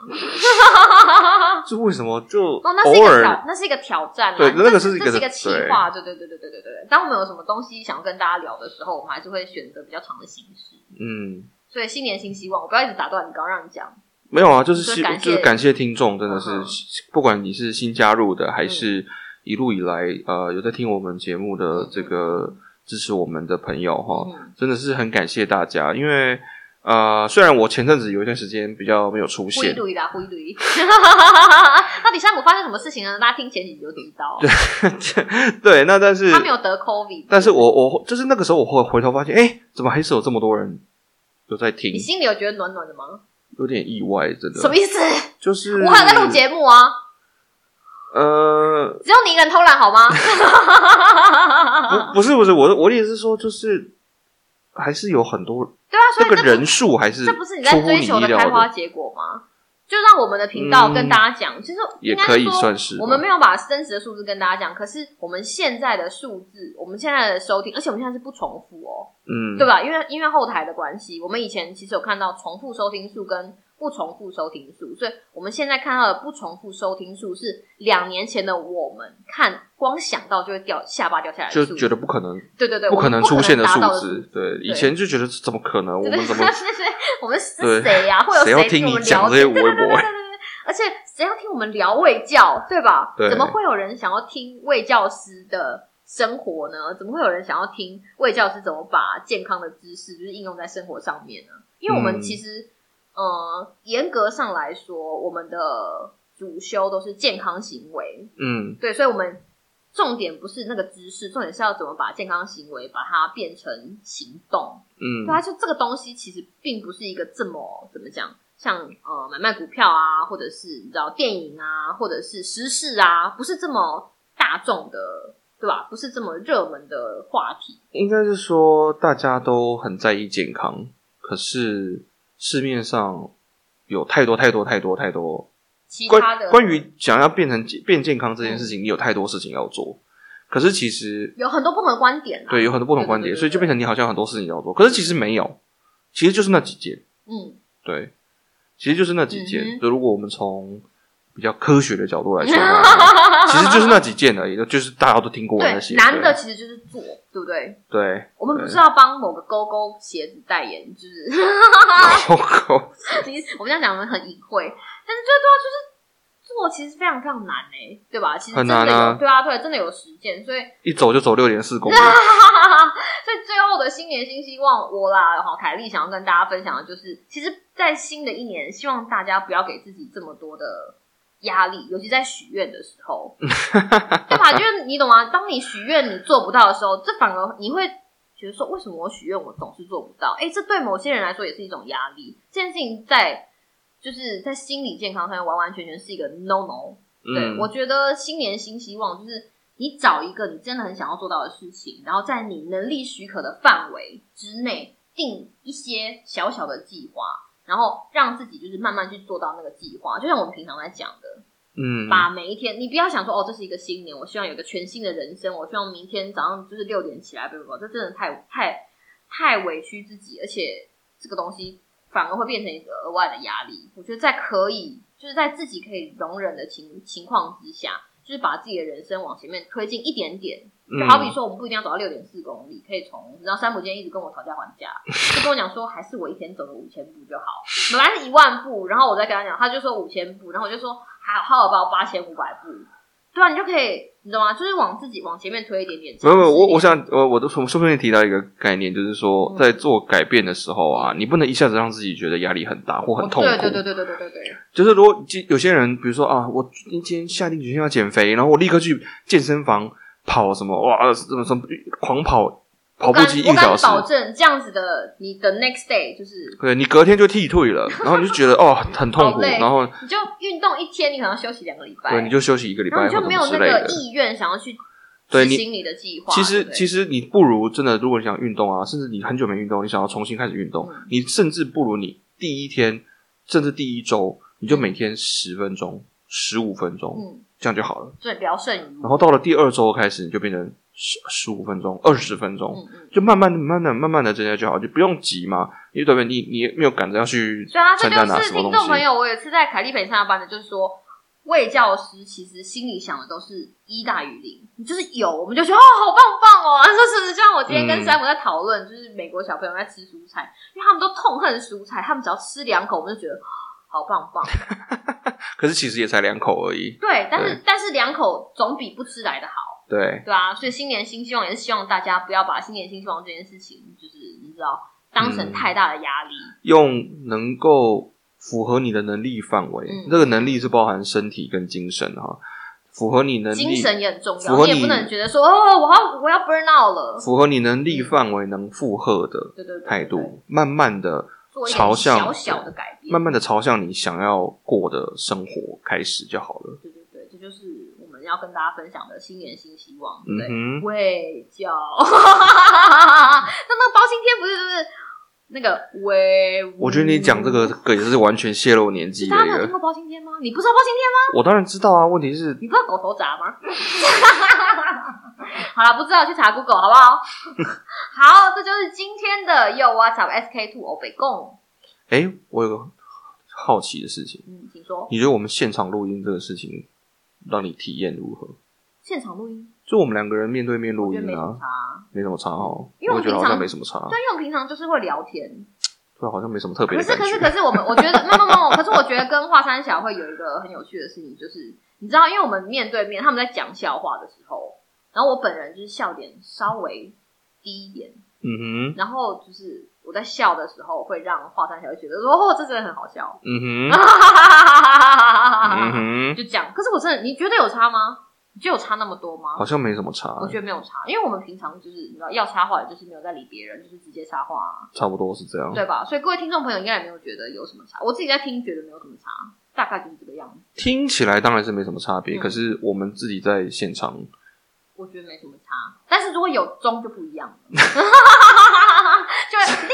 Speaker 2: 这为什么就
Speaker 1: 哦，那是一
Speaker 2: 偶
Speaker 1: 个
Speaker 2: 尔
Speaker 1: 挑，那是一个挑战啊。
Speaker 2: 对那个
Speaker 1: 这
Speaker 2: 是一
Speaker 1: 这
Speaker 2: 个
Speaker 1: 是一个
Speaker 2: 对
Speaker 1: 企划，对对对对对对对。当我们有什么东西想要跟大家聊的时候，我们还是会选择比较长的形式。
Speaker 2: 嗯，
Speaker 1: 所以新年新希望，我不要一直打断你，刚刚让你讲。
Speaker 2: 没有啊，就是
Speaker 1: 就是
Speaker 2: 希
Speaker 1: 感谢
Speaker 2: 就是感谢听众，真的是、
Speaker 1: 嗯
Speaker 2: 不管你是新加入的，还是一路以来呃有在听我们节目的这个支持我们的朋友哈，
Speaker 1: 嗯
Speaker 2: 真的是很感谢大家，因为呃虽然我前阵子有一段时间比较没有出
Speaker 1: 灰
Speaker 2: 现，
Speaker 1: 驴啦，灰 驴。到底山姆发生什么事情呢？大家听前几集就知 道，
Speaker 2: 对，那但是
Speaker 1: 他没有得 COVID。
Speaker 2: 但是我我就是那个时候我回回头发现，哎，怎么还是有这么多人有在听
Speaker 1: 你，心里有觉得暖暖的吗？
Speaker 2: 有点意外，真
Speaker 1: 什么
Speaker 2: 的，
Speaker 1: 意思？
Speaker 2: 就是
Speaker 1: 我还有在录节目啊，
Speaker 2: 呃
Speaker 1: 只有你一个人偷懒好吗？ 啊
Speaker 2: 不不是不是，我的我的意思是说，就是还是有很多
Speaker 1: 对啊，所
Speaker 2: 这
Speaker 1: 以
Speaker 2: 个
Speaker 1: 这
Speaker 2: 人数还是
Speaker 1: 这不是你在
Speaker 2: 出乎
Speaker 1: 追
Speaker 2: 你
Speaker 1: 求
Speaker 2: 意
Speaker 1: 的
Speaker 2: 料
Speaker 1: 开花
Speaker 2: 的，
Speaker 1: 结果吗？就让我们的频道
Speaker 2: 嗯
Speaker 1: 跟大家讲，其实
Speaker 2: 也
Speaker 1: 应该
Speaker 2: 可以
Speaker 1: 说
Speaker 2: 算是哦吧
Speaker 1: 我们没有把真实的数字跟大家讲，可是我们现在的数字，我们现在的收听，而且我们现在是不重复哦，
Speaker 2: 嗯，
Speaker 1: 对吧？因为因为后台的关系，我们以前其实有看到重复收听数跟不重复收听数，所以我们现在看到的不重复收听数是两年前的我们看光想到就会掉下巴掉下来的
Speaker 2: 就
Speaker 1: 数字，
Speaker 2: 觉得不可能，
Speaker 1: 对对对，
Speaker 2: 不
Speaker 1: 我
Speaker 2: 可
Speaker 1: 们
Speaker 2: 能出现
Speaker 1: 达
Speaker 2: 数
Speaker 1: 到的
Speaker 2: 字。对，
Speaker 1: 对
Speaker 2: 以前就觉得怎么可能？我
Speaker 1: 对对
Speaker 2: 们怎么
Speaker 1: 对对，我们是
Speaker 2: 对
Speaker 1: 谁呀、会有
Speaker 2: 谁要听
Speaker 1: 跟我
Speaker 2: 你
Speaker 1: 们
Speaker 2: 讲
Speaker 1: 聊
Speaker 2: 这些
Speaker 1: 天对对
Speaker 2: 微
Speaker 1: 对对
Speaker 2: 博
Speaker 1: 对？对对而且谁要听我们聊卫教，对吧？
Speaker 2: 对
Speaker 1: 怎么会有人想要听卫教师的生活呢？怎么会有人想要听卫教师怎么把健康的知识就是应用在生活上面呢？因为我们
Speaker 2: 嗯
Speaker 1: 其实，呃，严格上来说，我们的主修都是健康行为，
Speaker 2: 嗯
Speaker 1: 对，所以我们重点不是那个知识，重点是要怎么把健康行为把它变成行动。对
Speaker 2: 嗯
Speaker 1: 啊，就这个东西其实并不是一个这么怎么讲，像呃买卖股票啊，或者是你知道电影啊，或者是时事啊，不是这么大众的对吧？不是这么热门的话题。
Speaker 2: 应该是说大家都很在意健康，可是市面上有太多太多太多太多
Speaker 1: 其他
Speaker 2: 关
Speaker 1: 的
Speaker 2: 关于想要变成变健康这件事情，你有太多事情要做，可是其实
Speaker 1: 有很多不同的观点啊。
Speaker 2: 对有很多不同观
Speaker 1: 对
Speaker 2: 点，
Speaker 1: 对对
Speaker 2: 所以就变成你好像有很多事情要做，可是其实没有，其实就是那几件，
Speaker 1: 嗯，
Speaker 2: 对，其实就是那几件。
Speaker 1: 嗯哼
Speaker 2: 就如果我们从比较科学的角度来说的话，其实就是那几件而已，就是大家都听过的那些
Speaker 1: 对，。男的其实就是做，对不对？
Speaker 2: 对，对
Speaker 1: 我们不
Speaker 2: 对
Speaker 1: 是要帮某个勾勾鞋子代言，就是
Speaker 2: 狗狗，
Speaker 1: 其实我们这样讲我们很隐晦，但是最多就是做其实非常非常难哎、对吧？其实真的有
Speaker 2: 很难啊
Speaker 1: 对啊，对，真的有实践，所以
Speaker 2: 一走就走六点四公 里。
Speaker 1: 所以最后的新年新希望，我啦，好，凯丽想要跟大家分享的就是，其实，在新的一年，希望大家不要给自己这么多的压力，尤其在许愿的时候，对吧？就是你懂吗？当你许愿你做不到的时候，这反而你会觉得说，为什么我许愿我总是做不到？哎，这对某些人来说也是一种压力。这件事情在就是在心理健康上面完完全全是一个 no no。对，
Speaker 2: 嗯
Speaker 1: 我，觉得新年新希望就是你找一个你真的很想要做到的事情，然后在你能力许可的范围之内定一些小小的计划，然后让自己就是慢慢去做到那个计划。就像我们平常在讲的，
Speaker 2: 嗯，
Speaker 1: 把每一天，你不要想说哦，这是一个新年，我希望有一个全新的人生，我希望明天早上就是六点起来，不不不，这真的太太太委屈自己，而且这个东西反而会变成一个额外的压力。我觉得在可以，就是在自己可以容忍的情情况之下，就是把自己的人生往前面推进一点点，
Speaker 2: 嗯
Speaker 1: 就好比说，我们不一定要走到六点四公里，可以从然后山姆今天一直跟我讨价还价，就跟我讲说，还是我一天走个五千步就好，本来是一万步，然后我再跟他讲，他就说五千步，然后我就说还好吧，八千五百步，对啊，你就可以，你懂吗？就是往自己往前面推一点点。
Speaker 2: 没有没有，
Speaker 1: 尝试
Speaker 2: 我
Speaker 1: 一点
Speaker 2: 我想我我都从顺便提到一个概念，就是说
Speaker 1: 嗯
Speaker 2: 在做改变的时候啊，你不能一下子让自己觉得压力很大或很痛苦。
Speaker 1: 哦对对对对对对对对，
Speaker 2: 就是如果有些人，比如说啊，我今天下定决心要减肥，然后我立刻去健身房跑什么哇，什么什么狂跑跑
Speaker 1: 我
Speaker 2: 步
Speaker 1: 敢
Speaker 2: 机一
Speaker 1: 我
Speaker 2: 个小
Speaker 1: 敢
Speaker 2: 时，
Speaker 1: 保证这样子的，你的 next day 就是
Speaker 2: 对你隔天就剃退了，然后你就觉得哦很痛
Speaker 1: 好
Speaker 2: 苦，
Speaker 1: 累
Speaker 2: 然后
Speaker 1: 你就运动一天，你可能要休息两个礼拜，
Speaker 2: 对你就休息一个礼
Speaker 1: 然后
Speaker 2: 拜
Speaker 1: 你就
Speaker 2: 或
Speaker 1: 没有
Speaker 2: 什么
Speaker 1: 那
Speaker 2: 之类
Speaker 1: 个
Speaker 2: 的。
Speaker 1: 意愿想要去
Speaker 2: 对
Speaker 1: 执
Speaker 2: 你
Speaker 1: 行你的计划。
Speaker 2: 其实
Speaker 1: 对
Speaker 2: 其实你不如真的，如果你想运动啊，甚至你很久没运动，你想要重新开始运动，
Speaker 1: 嗯
Speaker 2: 你甚至不如你第一天，甚至第一周，你就每天十分钟、十五分钟、
Speaker 1: 嗯，
Speaker 2: 这样就好了。
Speaker 1: 对，聊胜于无
Speaker 2: 然后到了第二周开始，你就变成十十五分钟、二十分钟，
Speaker 1: 嗯嗯，
Speaker 2: 就慢慢的、慢慢的、慢慢的增加就好，就不用急嘛，因为对不对？你你也没有赶着要去
Speaker 1: 所以啊，这
Speaker 2: 参加
Speaker 1: 就
Speaker 2: 哪
Speaker 1: 是
Speaker 2: 什
Speaker 1: 听
Speaker 2: 么东
Speaker 1: 众朋
Speaker 2: 西。
Speaker 1: 友，我有一次在凯利陪上班的，就是说，卫教师其实心里想的都是一大于零，你就是有，我们就觉得哦，好棒棒哦。 这是不是就像我今天跟
Speaker 2: 嗯
Speaker 1: 山姆在讨论，就是美国小朋友在吃蔬菜，因为他们都痛恨蔬菜，他们只要吃两口，我们就觉得。好棒棒，
Speaker 2: 可是其实也才两口而已，
Speaker 1: 对，但是
Speaker 2: 对
Speaker 1: 但是两口总比不吃来的好。
Speaker 2: 对，
Speaker 1: 对啊，所以新年新希望也是希望大家不要把新年新希望这件事情，就是你知道当成
Speaker 2: 嗯
Speaker 1: 太大的压力。
Speaker 2: 用能够符合你的能力范围，
Speaker 1: 嗯
Speaker 2: 这个能力是包含身体跟精神的哈，符合你能力
Speaker 1: 精神也很重
Speaker 2: 符
Speaker 1: 要，
Speaker 2: 合
Speaker 1: 你也
Speaker 2: 你
Speaker 1: 不能觉得说哦，我要我要 burn out 了。
Speaker 2: 符合你能力范围能负荷的
Speaker 1: 对对对，
Speaker 2: 态
Speaker 1: 对
Speaker 2: 度，慢慢的
Speaker 1: 做一点
Speaker 2: 朝向
Speaker 1: 小小的改变，
Speaker 2: 慢慢的朝向你想要过的生活开始就好了。
Speaker 1: 对对对，这就是我们要跟大家分享的新年新希望。对，
Speaker 2: 嗯哼，
Speaker 1: 喂叫， 那那个包青天不是就是那个喂？
Speaker 2: 我觉得你讲这个，梗也是完全泄露年纪的
Speaker 1: 大家
Speaker 2: 一
Speaker 1: 没有听
Speaker 2: 个。
Speaker 1: 过包青天吗？你不知道包青天吗？
Speaker 2: 我当然知道啊，问题是
Speaker 1: 你不知道狗头铡吗？ 好了，不知道去查 Google 好不好？ 好，这就是今天的 Yo What's Up SK Two 哦欧北共。
Speaker 2: 哎、我有个好奇的事情，
Speaker 1: 嗯，请说，
Speaker 2: 你觉得我们现场录音这个事情，让你体验如何？
Speaker 1: 现场录音，
Speaker 2: 就我们两个人面对面录
Speaker 1: 我觉
Speaker 2: 音
Speaker 1: 得没什么
Speaker 2: 啊，
Speaker 1: 差啊。
Speaker 2: 没什么差哦，
Speaker 1: 因为我们
Speaker 2: 我觉得
Speaker 1: 平
Speaker 2: 好像
Speaker 1: 常
Speaker 2: 没什么差，
Speaker 1: 但因为我们平常就是会聊天，
Speaker 2: 对，啊好像没什么特别
Speaker 1: 可
Speaker 2: 的
Speaker 1: 是
Speaker 2: 感
Speaker 1: 可是
Speaker 2: 觉。
Speaker 1: 可是我们我觉得 no no no，可是我觉得跟华山小会有一个很有趣的事情，就是你知道，因为我们面对面他们在讲笑话的时候，然后我本人就是笑点稍微低一点，
Speaker 2: 嗯哼，
Speaker 1: 然后就是我在笑的时候会让华山小会觉得说哦，这真的很好笑，
Speaker 2: 嗯哼，嗯
Speaker 1: 哈，
Speaker 2: 哼，
Speaker 1: 就讲。可是我真的，你觉得有差吗？你觉得有差那么多吗
Speaker 2: 好？像没什么差
Speaker 1: 我，觉得没有差，因为我们平常就是你知道要插话，就是没有在理别人，就是直接插话、啊。
Speaker 2: 差不多是这样。
Speaker 1: 对吧？所以各位听众朋友应该也没有觉得有什么差，我自己在听觉得没有什么差，大概就是这个样子。
Speaker 2: 听起来当然是没什么差别，
Speaker 1: 嗯
Speaker 2: 可是我们自己在现场，
Speaker 1: 我觉得没什么差。但是如果有钟就不一样了， 就是 叮。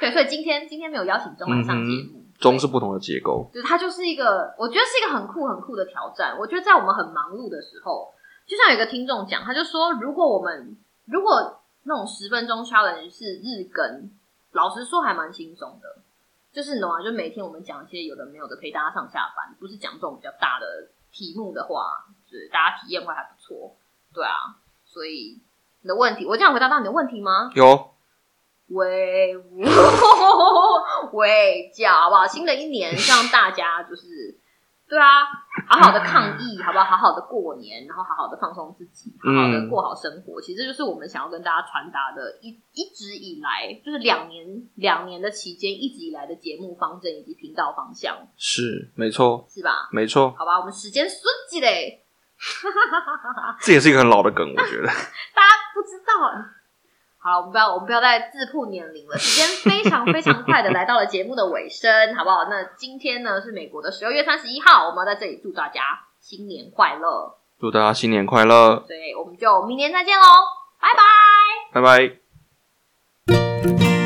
Speaker 1: 对，所以今天今天没有邀请钟来上节目，
Speaker 2: 钟是不同的结构，
Speaker 1: 就是它就是一个，我觉得是一个很酷很酷的挑战。我觉得在我们很忙碌的时候，就像有一个听众讲，他就说，如果我们如果那种十分钟 challenge 是日更，老实说还蛮轻松的，就是你懂吗？就每天我们讲一些有的没有的，陪大家上下班，不是讲这种比较大的题目的话，就是大家体验会还不错，对啊。所以你的问题，我这样回答到你的问题吗？
Speaker 2: 有
Speaker 1: 喂，喂，叫好不好？新的一年让大家就是，对啊，好好的抗疫，好不好？好好的过年，然后好好的放松自己，好好的
Speaker 2: 嗯
Speaker 1: 过好生活。其实就是我们想要跟大家传达的一，一直以来就是两年两年的期间，一直以来的节目方针以及频道方向，
Speaker 2: 是没错，
Speaker 1: 是吧？
Speaker 2: 没错，
Speaker 1: 好吧，我们时间顺记嘞，啊
Speaker 2: 这也是一个很老的梗，我 觉得
Speaker 1: 大家不知道。好，我们不要，我们不要再自曝年龄了。时间非常非常快的来到了节目的尾声，好不好？那今天呢是美国的十二月三十一号，我们要在这里祝大家新年快乐，
Speaker 2: 祝大家新年快乐，
Speaker 1: 所以我们就明年再见喽，拜拜。
Speaker 2: 拜拜。